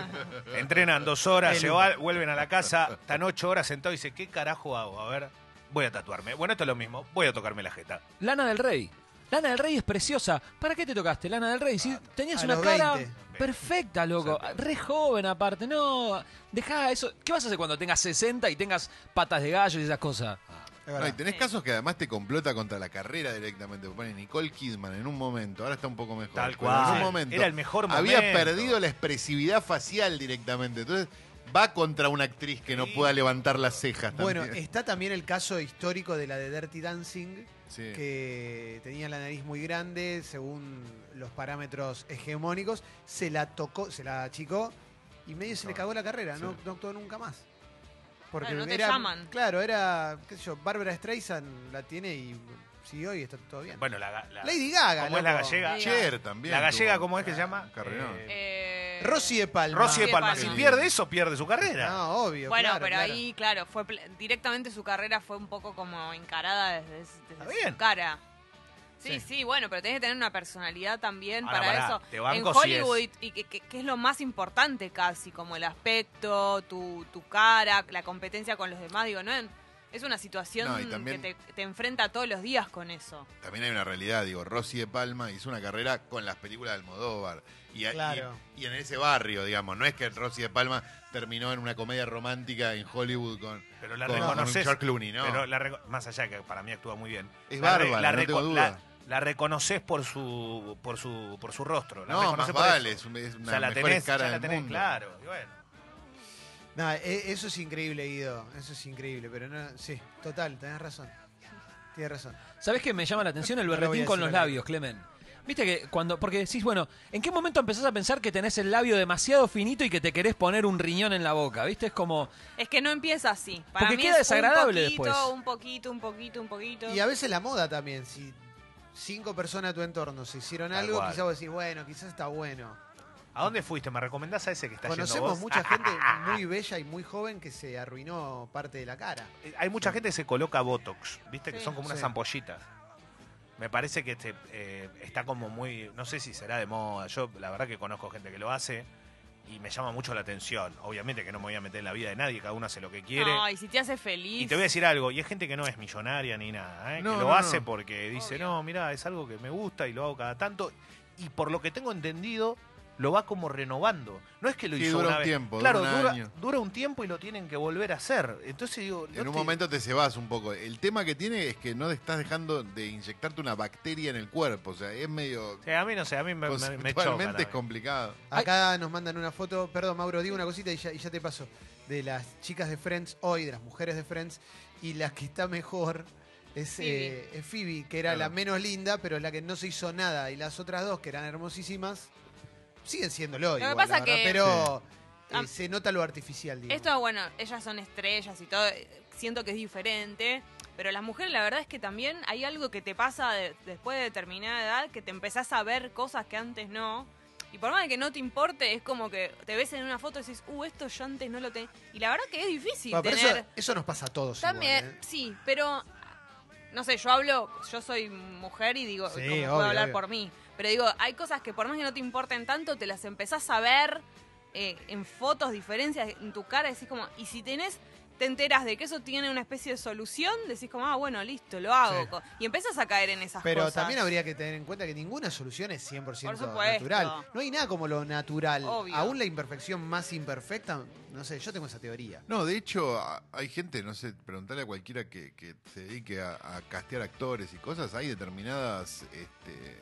Speaker 4: Entrenan dos horas, se va- vuelven a la casa, están ocho horas sentados y dicen, ¿qué carajo hago? A ver, voy a tatuarme. Bueno, esto es lo mismo, voy a tocarme la jeta.
Speaker 5: Lana del Rey. Lana del Rey es preciosa. ¿Para qué te tocaste, Lana del Rey? Si tenías
Speaker 1: Ah, A
Speaker 5: una
Speaker 1: los
Speaker 5: cara
Speaker 1: 20.
Speaker 5: perfecta, loco. Re joven aparte. No, dejá eso. ¿Qué vas a hacer cuando tengas 60 y tengas patas de gallo y esas cosas?
Speaker 1: Es
Speaker 3: No,
Speaker 1: verdad.
Speaker 3: y tenés casos que además te complota contra la carrera directamente. Pone Nicole Kidman en un momento, ahora está un poco mejor.
Speaker 4: Tal
Speaker 3: pero En
Speaker 4: cual.
Speaker 3: un momento,
Speaker 4: Era el mejor
Speaker 3: Había
Speaker 4: momento.
Speaker 3: perdido la expresividad facial directamente. Entonces va contra una actriz que no
Speaker 4: Sí.
Speaker 3: pueda levantar las cejas.
Speaker 1: bueno,
Speaker 3: también.
Speaker 1: está también el caso histórico de la de Dirty Dancing,
Speaker 3: Sí.
Speaker 1: que tenía la nariz muy grande, según los parámetros hegemónicos, se la tocó, se la achicó y medio se le cagó la carrera, no, no actuó nunca más. Porque
Speaker 2: Claro, no te
Speaker 1: era,
Speaker 2: llaman.
Speaker 1: Claro, era, qué sé yo, Bárbara Streisand la tiene y siguió y está todo bien.
Speaker 4: Bueno, la, la-
Speaker 1: Lady Gaga,
Speaker 4: ¿cómo es la
Speaker 1: loco.
Speaker 4: gallega?
Speaker 2: Sí.
Speaker 3: Cher también.
Speaker 4: La gallega,
Speaker 3: tuvo-
Speaker 4: ¿cómo es que se llama?
Speaker 3: Carrerón.
Speaker 2: Eh,
Speaker 1: Rosy de Palma.
Speaker 2: Rosy
Speaker 4: Rosy de
Speaker 2: de
Speaker 4: Palma.
Speaker 2: Palma.
Speaker 4: Si pierde eso, pierde su carrera.
Speaker 1: No, obvio.
Speaker 2: Bueno,
Speaker 1: claro,
Speaker 2: pero
Speaker 1: claro.
Speaker 2: ahí, claro, fue pl- directamente su carrera fue un poco como encarada desde, desde
Speaker 4: Está
Speaker 2: su
Speaker 4: bien.
Speaker 2: cara. Sí,
Speaker 1: Sí.
Speaker 2: sí, bueno, pero tenés que tener una personalidad también
Speaker 4: Ahora,
Speaker 2: para
Speaker 4: pará,
Speaker 2: eso.
Speaker 4: te banco
Speaker 2: en
Speaker 4: si es-
Speaker 2: Hollywood, y que, que- que es lo más importante casi, como el aspecto, tu, tu cara, la competencia con los demás, digo, no en- es una situación
Speaker 3: No, y también-
Speaker 2: que te, te enfrenta todos los días con eso.
Speaker 3: También hay una realidad, digo, Rosy de Palma hizo una carrera con las películas de Almodóvar. Y, a-
Speaker 1: Claro.
Speaker 3: y, y en ese barrio, digamos, no es que Rosy de Palma terminó en una comedia romántica en Hollywood con,
Speaker 4: Pero la
Speaker 3: con- con
Speaker 4: reconoces.
Speaker 3: George Clooney, ¿no?
Speaker 4: Pero la reco- más allá de que para mí actúa muy bien.
Speaker 3: Es
Speaker 4: La
Speaker 3: bárbara, no tengo
Speaker 4: reco-
Speaker 3: duda.
Speaker 4: la- la reconoces por su por su por su rostro. La
Speaker 3: no, más
Speaker 4: reconoces por eso.
Speaker 3: vale, es, un- es una
Speaker 4: ya la
Speaker 3: mejor
Speaker 4: tenés,
Speaker 3: cara
Speaker 4: ya la
Speaker 3: del
Speaker 4: tenés,
Speaker 3: mundo.
Speaker 4: claro. y bueno.
Speaker 1: No, e- eso es increíble, Guido. Eso es increíble, pero no. Sí, total, tenés razón. Tienes razón.
Speaker 5: ¿Sabés qué me llama la atención? El
Speaker 1: No lo voy
Speaker 5: berretín
Speaker 1: a
Speaker 5: con
Speaker 1: decir
Speaker 5: los
Speaker 1: al
Speaker 5: labios, Clemen. Viste que cuando. Porque decís, bueno, ¿en qué momento empezás a pensar que tenés el labio demasiado finito y que te querés poner un riñón en la boca? ¿Viste? Es como.
Speaker 2: Es que no empieza así. Para
Speaker 5: Porque
Speaker 2: mí
Speaker 5: queda
Speaker 2: es
Speaker 5: desagradable
Speaker 2: un poquito,
Speaker 5: después.
Speaker 2: un poquito, un poquito, un poquito.
Speaker 1: Y a veces la moda también. Si cinco personas de tu entorno se hicieron
Speaker 4: Tal
Speaker 1: algo,
Speaker 4: cual.
Speaker 1: quizás vos decís, bueno, quizás está bueno.
Speaker 4: ¿A dónde fuiste? ¿Me recomendás a ese que está
Speaker 1: Conocemos
Speaker 4: yendo vos? Ah,
Speaker 1: mucha
Speaker 4: [laughs]
Speaker 1: gente muy bella y muy joven que se arruinó parte de la cara.
Speaker 4: Eh, Hay mucha gente que se coloca Botox, ¿viste? que
Speaker 2: Sí.
Speaker 4: son como unas
Speaker 1: Sí.
Speaker 4: ampollitas. Me parece que este, eh, está como muy. No sé si será de moda. Yo, la verdad, que conozco gente que lo hace y me llama mucho la atención. Obviamente que no me voy a meter en la vida de nadie, cada uno hace lo que quiere.
Speaker 2: No, y si te hace feliz.
Speaker 4: Y te voy a decir algo, y es gente que no es millonaria ni nada, ¿eh?
Speaker 3: No,
Speaker 4: que lo
Speaker 3: no,
Speaker 4: hace
Speaker 3: no.
Speaker 4: porque dice,
Speaker 2: Obvio.
Speaker 4: no, mira, es algo que me gusta y lo hago cada tanto. Y por lo que tengo entendido, lo va como renovando. No es que lo
Speaker 3: Sí,
Speaker 4: hizo
Speaker 3: dura
Speaker 4: una
Speaker 3: un
Speaker 4: vez.
Speaker 3: tiempo, dura
Speaker 4: claro,
Speaker 3: un
Speaker 4: dura,
Speaker 3: año.
Speaker 4: dura un tiempo y lo tienen que volver a hacer. Entonces digo, no
Speaker 3: En un
Speaker 4: te-
Speaker 3: momento te cebas un poco. El tema que tiene es que no te estás dejando de inyectarte una bacteria en el cuerpo. O sea, es medio.
Speaker 4: O sea, a mí no sé, a mí me, me- me, chocan a
Speaker 3: Conceptualmente
Speaker 4: mí.
Speaker 3: es complicado.
Speaker 1: Acá nos mandan una foto, perdón Mauro, digo una cosita y ya, y ya te paso, de las chicas de Friends hoy, de las mujeres de Friends, y la que está mejor es
Speaker 2: Phoebe.
Speaker 1: eh, es Phoebe, que era la
Speaker 3: Claro.
Speaker 1: menos linda, pero la que no se hizo nada, y las otras dos, que eran hermosísimas, siguen siéndolo.
Speaker 2: que
Speaker 1: igual,
Speaker 2: pasa
Speaker 1: la verdad,
Speaker 2: que- Ah.
Speaker 1: Pero eh,
Speaker 2: Am-
Speaker 1: se nota lo artificial, digamos.
Speaker 2: Esto, bueno, ellas son estrellas y todo. eh, Siento que es diferente. Pero las mujeres, la verdad es que también hay algo que te pasa de- después de determinada edad, que te empezás a ver cosas que antes no. Y por más de que no te importe, es como que te ves en una foto y dices, uh, esto yo antes no lo tenía. Y la verdad que es difícil
Speaker 1: Bueno, pero
Speaker 2: tener.
Speaker 1: eso, eso nos pasa a todos.
Speaker 2: También,
Speaker 1: igual, ¿eh?
Speaker 2: sí, pero no sé, yo hablo, yo soy mujer y digo,
Speaker 1: Sí,
Speaker 2: ¿cómo puedo
Speaker 1: obvio,
Speaker 2: hablar
Speaker 1: obvio.
Speaker 2: por mí? Pero digo, hay cosas que por más que no te importen tanto, te las empezás a ver eh, en fotos, diferencias en tu cara, decís como, y si tenés, te enteras de que eso tiene una especie de solución, decís como, ah, bueno, listo, lo hago.
Speaker 1: Sí.
Speaker 2: co- Y empezás a caer en esas
Speaker 1: Pero
Speaker 2: cosas.
Speaker 1: también habría que tener en cuenta que ninguna solución es 100%
Speaker 2: Por supuesto.
Speaker 1: natural. No hay nada como lo natural.
Speaker 2: Obvio.
Speaker 1: Aún la imperfección más imperfecta, no sé, yo tengo esa teoría.
Speaker 3: No, de hecho, a- hay gente, no sé, preguntarle a cualquiera que, que se dedique a, a castear actores y cosas, hay determinadas este,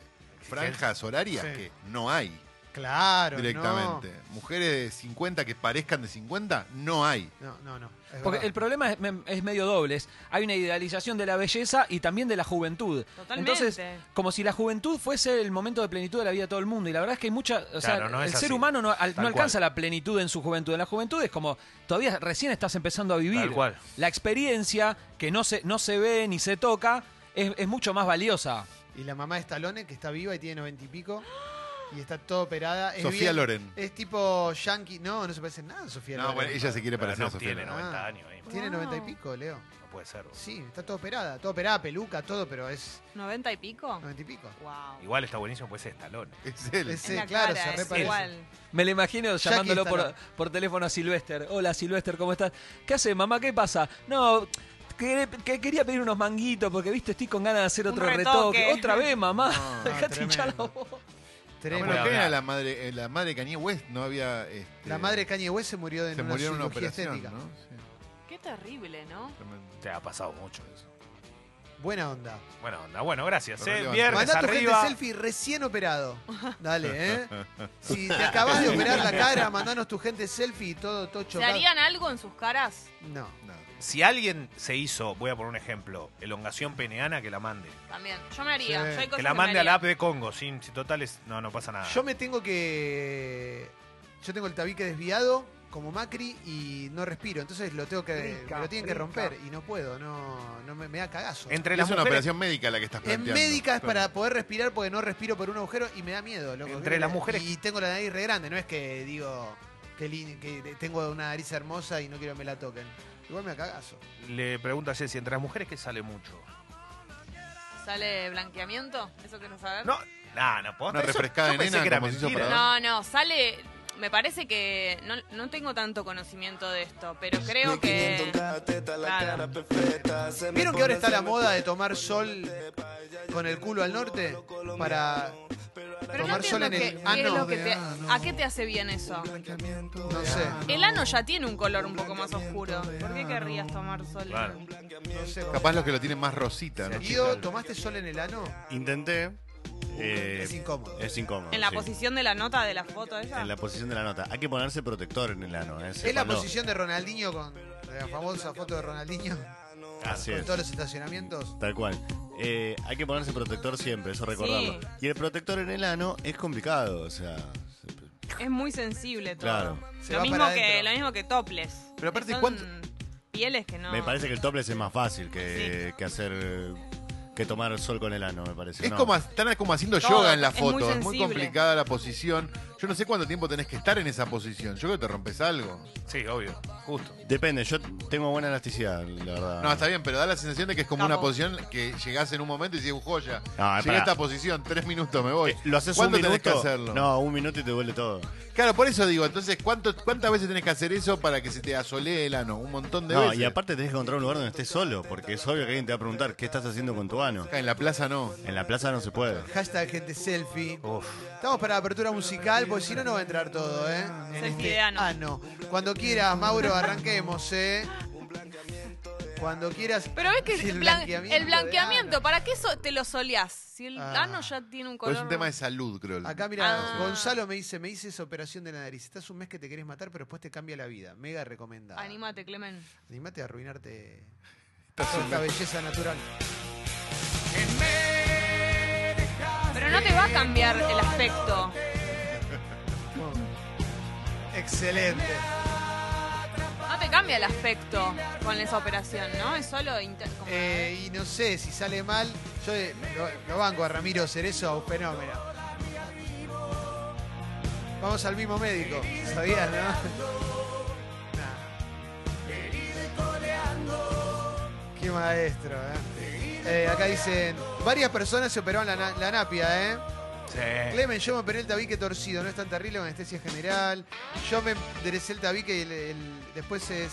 Speaker 3: franjas horarias
Speaker 1: Sí.
Speaker 3: que no hay
Speaker 1: Claro,
Speaker 3: directamente. Mujeres de 50 que parezcan de 50, no hay.
Speaker 1: No, no, no. no, es
Speaker 5: Porque
Speaker 1: verdad.
Speaker 5: el problema es, me- es medio doble. es- Hay una idealización de la belleza y también de la juventud.
Speaker 2: Totalmente.
Speaker 5: Entonces, como si la juventud fuese el momento de plenitud de la vida de todo el mundo. Y la verdad es que hay mucha. O sea,
Speaker 4: Claro, no
Speaker 5: el
Speaker 4: es
Speaker 5: ser
Speaker 4: así.
Speaker 5: humano no, al-
Speaker 4: Tal
Speaker 5: no alcanza
Speaker 4: cual.
Speaker 5: la plenitud en su juventud. En la juventud es como todavía recién estás empezando a vivir.
Speaker 4: Tal cual.
Speaker 5: La experiencia que no se, no se ve ni se toca es, es mucho más valiosa.
Speaker 1: Y la mamá de Stallone, que está viva y tiene noventa y pico, y está toda operada. Es
Speaker 3: Sofía
Speaker 1: bien-
Speaker 3: Loren.
Speaker 1: Es tipo yankee. No, no se parece en nada a Sofía
Speaker 3: No,
Speaker 1: Loren.
Speaker 3: bueno, ella se quiere
Speaker 4: Pero
Speaker 3: parecer a
Speaker 4: no
Speaker 3: Sofía.
Speaker 4: tiene
Speaker 1: ¿no?
Speaker 3: Loren.
Speaker 4: 90
Speaker 1: Ah.
Speaker 4: años. eh.
Speaker 1: Tiene
Speaker 2: Wow.
Speaker 1: noventa y pico, Leo.
Speaker 4: No puede ser.
Speaker 1: Sí, está toda operada. Toda operada, peluca, todo, pero es
Speaker 2: ¿90 y pico?
Speaker 1: noventa y pico.
Speaker 3: Ah,
Speaker 2: Wow.
Speaker 4: Igual está buenísimo, pues es talón.
Speaker 3: Es él.
Speaker 1: Es-
Speaker 2: En la
Speaker 1: Sí, claro,
Speaker 2: cara,
Speaker 1: se
Speaker 2: es
Speaker 1: reparece.
Speaker 2: igual.
Speaker 5: Me lo imagino llamándolo por,
Speaker 1: Stallone.
Speaker 5: por teléfono a Silvester. Hola Silvester, ¿cómo estás? ¿Qué hace, mamá? ¿Qué pasa? No, que, que quería pedir unos manguitos porque, viste, estoy con ganas de hacer
Speaker 2: Un
Speaker 5: otro
Speaker 2: retoque.
Speaker 5: retoque. Otra vez, mamá.
Speaker 3: [laughs] No,
Speaker 5: Dejate hinchar la
Speaker 1: tremendo.
Speaker 5: boca.
Speaker 1: Tremendo.
Speaker 3: Bueno,
Speaker 4: Bueno,
Speaker 3: ¿qué era
Speaker 4: hablar.
Speaker 3: la madre, eh, la madre de Kanye West? No había. este,
Speaker 1: la madre de Kanye West se murió de
Speaker 3: se
Speaker 1: una
Speaker 3: murió en una
Speaker 1: cirugía
Speaker 3: operación,
Speaker 1: estética.
Speaker 3: ¿no? Sí,
Speaker 2: Qué terrible, ¿no?
Speaker 3: tremendo.
Speaker 4: Te ha pasado mucho eso.
Speaker 1: Buena onda.
Speaker 4: Bueno, onda, bueno, gracias.
Speaker 3: Pero
Speaker 4: eh.
Speaker 3: relevante.
Speaker 4: Viernes
Speaker 1: Mandá tu gente
Speaker 4: arriba.
Speaker 1: selfie recién operado. Dale,
Speaker 3: [laughs]
Speaker 1: ¿eh? Si te acabas de operar la cara, mandanos tu gente selfie y todo tocho.
Speaker 2: ¿Se harían algo en sus caras?
Speaker 1: No.
Speaker 3: No.
Speaker 4: Si alguien se hizo, voy a poner un ejemplo, elongación peneana, que la mande.
Speaker 2: También. Yo me haría.
Speaker 1: Sí.
Speaker 2: yo hay
Speaker 1: Que
Speaker 2: cosas
Speaker 4: Que la
Speaker 2: me
Speaker 4: mande a la
Speaker 2: haría.
Speaker 4: app de Congo, sin si totales, no, no pasa
Speaker 3: Ah.
Speaker 4: nada.
Speaker 1: Yo me tengo que. Yo tengo el tabique desviado como Macri y no respiro. Entonces lo tengo que. me lo tienen que romper y no puedo. No, no me, me da cagazo.
Speaker 4: Entre
Speaker 3: Es
Speaker 4: las
Speaker 3: una
Speaker 4: mujeres,
Speaker 3: operación médica la que estás
Speaker 1: en
Speaker 3: planteando.
Speaker 1: médica es para
Speaker 3: Claro.
Speaker 1: poder respirar porque no respiro por un agujero y me da miedo, loco.
Speaker 4: Entre
Speaker 1: Creo que-
Speaker 4: las mujeres-
Speaker 1: Y tengo la nariz re grande, no es que digo que, lin- que tengo una nariz hermosa y no quiero que me la toquen. Igual me da cagazo.
Speaker 4: le pregunto a Jessy, entre las mujeres que sale mucho.
Speaker 2: ¿Sale blanqueamiento? ¿Eso querés saber?
Speaker 4: No, no, no puedo.
Speaker 3: Una refrescada de nena, como se hizo para-
Speaker 2: No, no, sale. Me parece que. No, no tengo tanto conocimiento de esto, pero creo que. Claro.
Speaker 1: ¿Vieron que ahora está la moda de tomar sol con el culo al norte? Para.
Speaker 2: Pero no
Speaker 1: Tomar sol
Speaker 2: entiendo
Speaker 1: en
Speaker 2: qué-
Speaker 1: el
Speaker 2: qué es
Speaker 1: ano
Speaker 2: lo que
Speaker 1: de
Speaker 2: te- Eh, ¿A qué te hace bien eso?
Speaker 1: No sé.
Speaker 2: El ano ya tiene un color un poco más oscuro. ¿Por qué querrías tomar sol?
Speaker 4: Claro.
Speaker 1: No sé.
Speaker 3: Capaz los que lo tienen más rosita, ¿no?
Speaker 1: Guido, ¿tomaste sol en el ano?
Speaker 6: Intenté. eh,
Speaker 1: Es incómodo.
Speaker 6: Es incómodo.
Speaker 2: ¿En la
Speaker 6: sí.
Speaker 2: posición de la nota de la foto esa?
Speaker 6: En la posición de la nota. Hay que ponerse protector en el ano. eh,
Speaker 1: Es la
Speaker 6: sépanlo.
Speaker 1: posición de Ronaldinho con la famosa foto de Ronaldinho
Speaker 6: Así
Speaker 1: con
Speaker 6: es.
Speaker 1: todos los estacionamientos.
Speaker 6: Tal cual. Eh, hay que ponerse protector siempre, eso recordarlo.
Speaker 2: Sí.
Speaker 6: Y el protector en el ano es complicado, o sea. se-
Speaker 2: Es muy sensible todo.
Speaker 6: Claro.
Speaker 1: Se
Speaker 2: Lo
Speaker 1: va
Speaker 2: mismo,
Speaker 1: para
Speaker 2: que,
Speaker 1: adentro.
Speaker 2: lo mismo que toples.
Speaker 3: Pero aparte,
Speaker 2: Son
Speaker 3: ¿cuánto-
Speaker 2: Pieles que no.
Speaker 6: Me parece que el topless es más fácil que, que hacer. eh, que tomar el sol con el ano, me parece.
Speaker 3: Es
Speaker 6: ¿no?
Speaker 3: como, están como haciendo
Speaker 2: Todo,
Speaker 3: yoga en la
Speaker 2: es muy
Speaker 3: foto, es muy
Speaker 2: sensible.
Speaker 3: complicada la posición. Yo no sé cuánto tiempo tenés que estar en esa posición. Yo creo que te rompes algo.
Speaker 4: Sí, obvio, justo.
Speaker 6: Depende, yo tengo buena elasticidad, la verdad. Eh,
Speaker 3: No, está bien, pero da la sensación de que es como
Speaker 2: Capo.
Speaker 3: una posición que llegás en un momento y dices, joya,
Speaker 6: No,
Speaker 3: llegué a
Speaker 6: pará.
Speaker 3: esta posición, tres minutos me voy.
Speaker 6: Eh, Lo haces
Speaker 3: ¿Cuánto
Speaker 6: un
Speaker 3: tenés
Speaker 6: minuto.
Speaker 3: que hacerlo?
Speaker 6: No, un minuto y te duele todo.
Speaker 3: Claro, por eso digo, entonces, ¿cuánto, ¿cuántas veces tenés que hacer eso para que se te asolee el ano? Un montón de
Speaker 6: No,
Speaker 3: veces.
Speaker 6: y aparte tenés que encontrar un lugar donde estés solo, porque es obvio que alguien te va a preguntar qué estás haciendo con tu ano.
Speaker 3: Acá en la plaza no.
Speaker 6: En la plaza no se puede.
Speaker 1: Hashtag gente selfie.
Speaker 6: Uf.
Speaker 1: Estamos para la apertura musical, porque si no, no va a entrar todo, ¿eh? En
Speaker 2: Selfie
Speaker 1: este
Speaker 2: de ano.
Speaker 1: ano. Cuando quieras, Mauro, arranquemos, ¿eh? Cuando quieras.
Speaker 2: Pero ves que
Speaker 1: Sí,
Speaker 2: el, blan- el blanqueamiento,
Speaker 1: de ano.
Speaker 2: ¿para qué so- te lo soleás? Si el
Speaker 1: Ah.
Speaker 2: ano ya tiene un
Speaker 3: Pero
Speaker 2: color.
Speaker 3: es un tema de salud, creo.
Speaker 1: Acá, mira,
Speaker 2: Ah.
Speaker 1: Gonzalo me dice: Me hice esa operación de la nariz. Estás un mes que te querés matar, pero después te cambia la vida. Mega recomendada.
Speaker 2: Anímate, Clemen.
Speaker 1: Animate a arruinarte [laughs] esta belleza natural.
Speaker 2: Pero no te va a cambiar el aspecto.
Speaker 1: Excelente.
Speaker 2: No te te cambia el aspecto con esa operación, ¿no? Es solo inter- como-
Speaker 1: Eh, y no sé, si sale mal, yo eh, lo, lo banco a Ramiro Cerezo, un fenómeno. Vamos al mismo médico, ¿sabías, no? [laughs] Nah. Qué maestro, ¿eh? Eh, Acá dicen, varias personas se operaron la, na- la napia, ¿eh?
Speaker 4: Sí.
Speaker 1: Clemen, yo me operé el tabique torcido, no es tan terrible con anestesia general. Yo me enderecé el tabique y el- el- después es.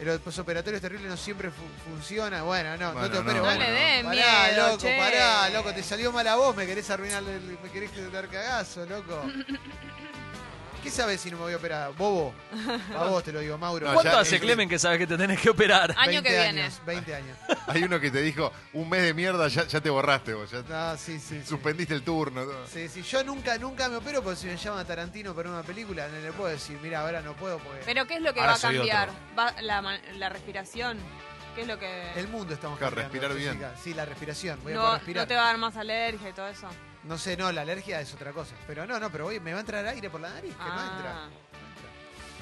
Speaker 1: El posoperatorio es terrible, no siempre fu- funciona. Bueno, no, no
Speaker 3: Bueno,
Speaker 1: te
Speaker 3: no,
Speaker 1: operes.
Speaker 3: no
Speaker 1: bueno.
Speaker 2: le den
Speaker 1: pará,
Speaker 2: miedo,
Speaker 1: loco,
Speaker 2: che.
Speaker 1: pará, loco, te salió mala voz, me querés arruinar, el- me querés dar cagazo,
Speaker 2: [laughs]
Speaker 1: loco. ¿Qué sabes si no me voy a operar? Bobo, a vos te lo digo, Mauro.
Speaker 3: No,
Speaker 5: ¿Cuánto
Speaker 3: ya-
Speaker 5: hace
Speaker 3: el-
Speaker 5: Clemen que sabes que te tenés que operar?
Speaker 2: Año que
Speaker 1: 20
Speaker 2: viene.
Speaker 1: años, 20 años.
Speaker 3: Hay uno que te dijo, un mes de mierda, ya, ya te borraste vos, ya
Speaker 1: No, sí, sí. sí.
Speaker 3: suspendiste el turno. todo.
Speaker 1: Sí, sí, yo nunca, nunca me opero porque si me llama Tarantino para una película, no le puedo decir, mira, ahora no puedo porque
Speaker 2: Pero ¿qué es lo que
Speaker 4: Ahora
Speaker 2: va a
Speaker 4: soy otro.
Speaker 2: cambiar? ¿Va la, ma- la respiración? ¿Qué es lo que...?
Speaker 1: el mundo estamos
Speaker 3: Claro,
Speaker 1: cambiando,
Speaker 3: respirar bien.
Speaker 1: Jessica. Sí, la respiración, voy a
Speaker 2: no,
Speaker 1: poder
Speaker 2: no
Speaker 1: respirar.
Speaker 2: te va a dar más alergia y todo eso?
Speaker 1: No sé, no, la alergia es otra cosa. Pero no, no, pero voy, me va a entrar aire por la nariz, que no entra.
Speaker 2: Ah.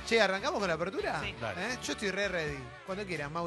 Speaker 1: Che, ¿arrancamos con la apertura?
Speaker 2: Sí.
Speaker 1: ¿Eh? Yo estoy re ready. Cuando quieras, Mau.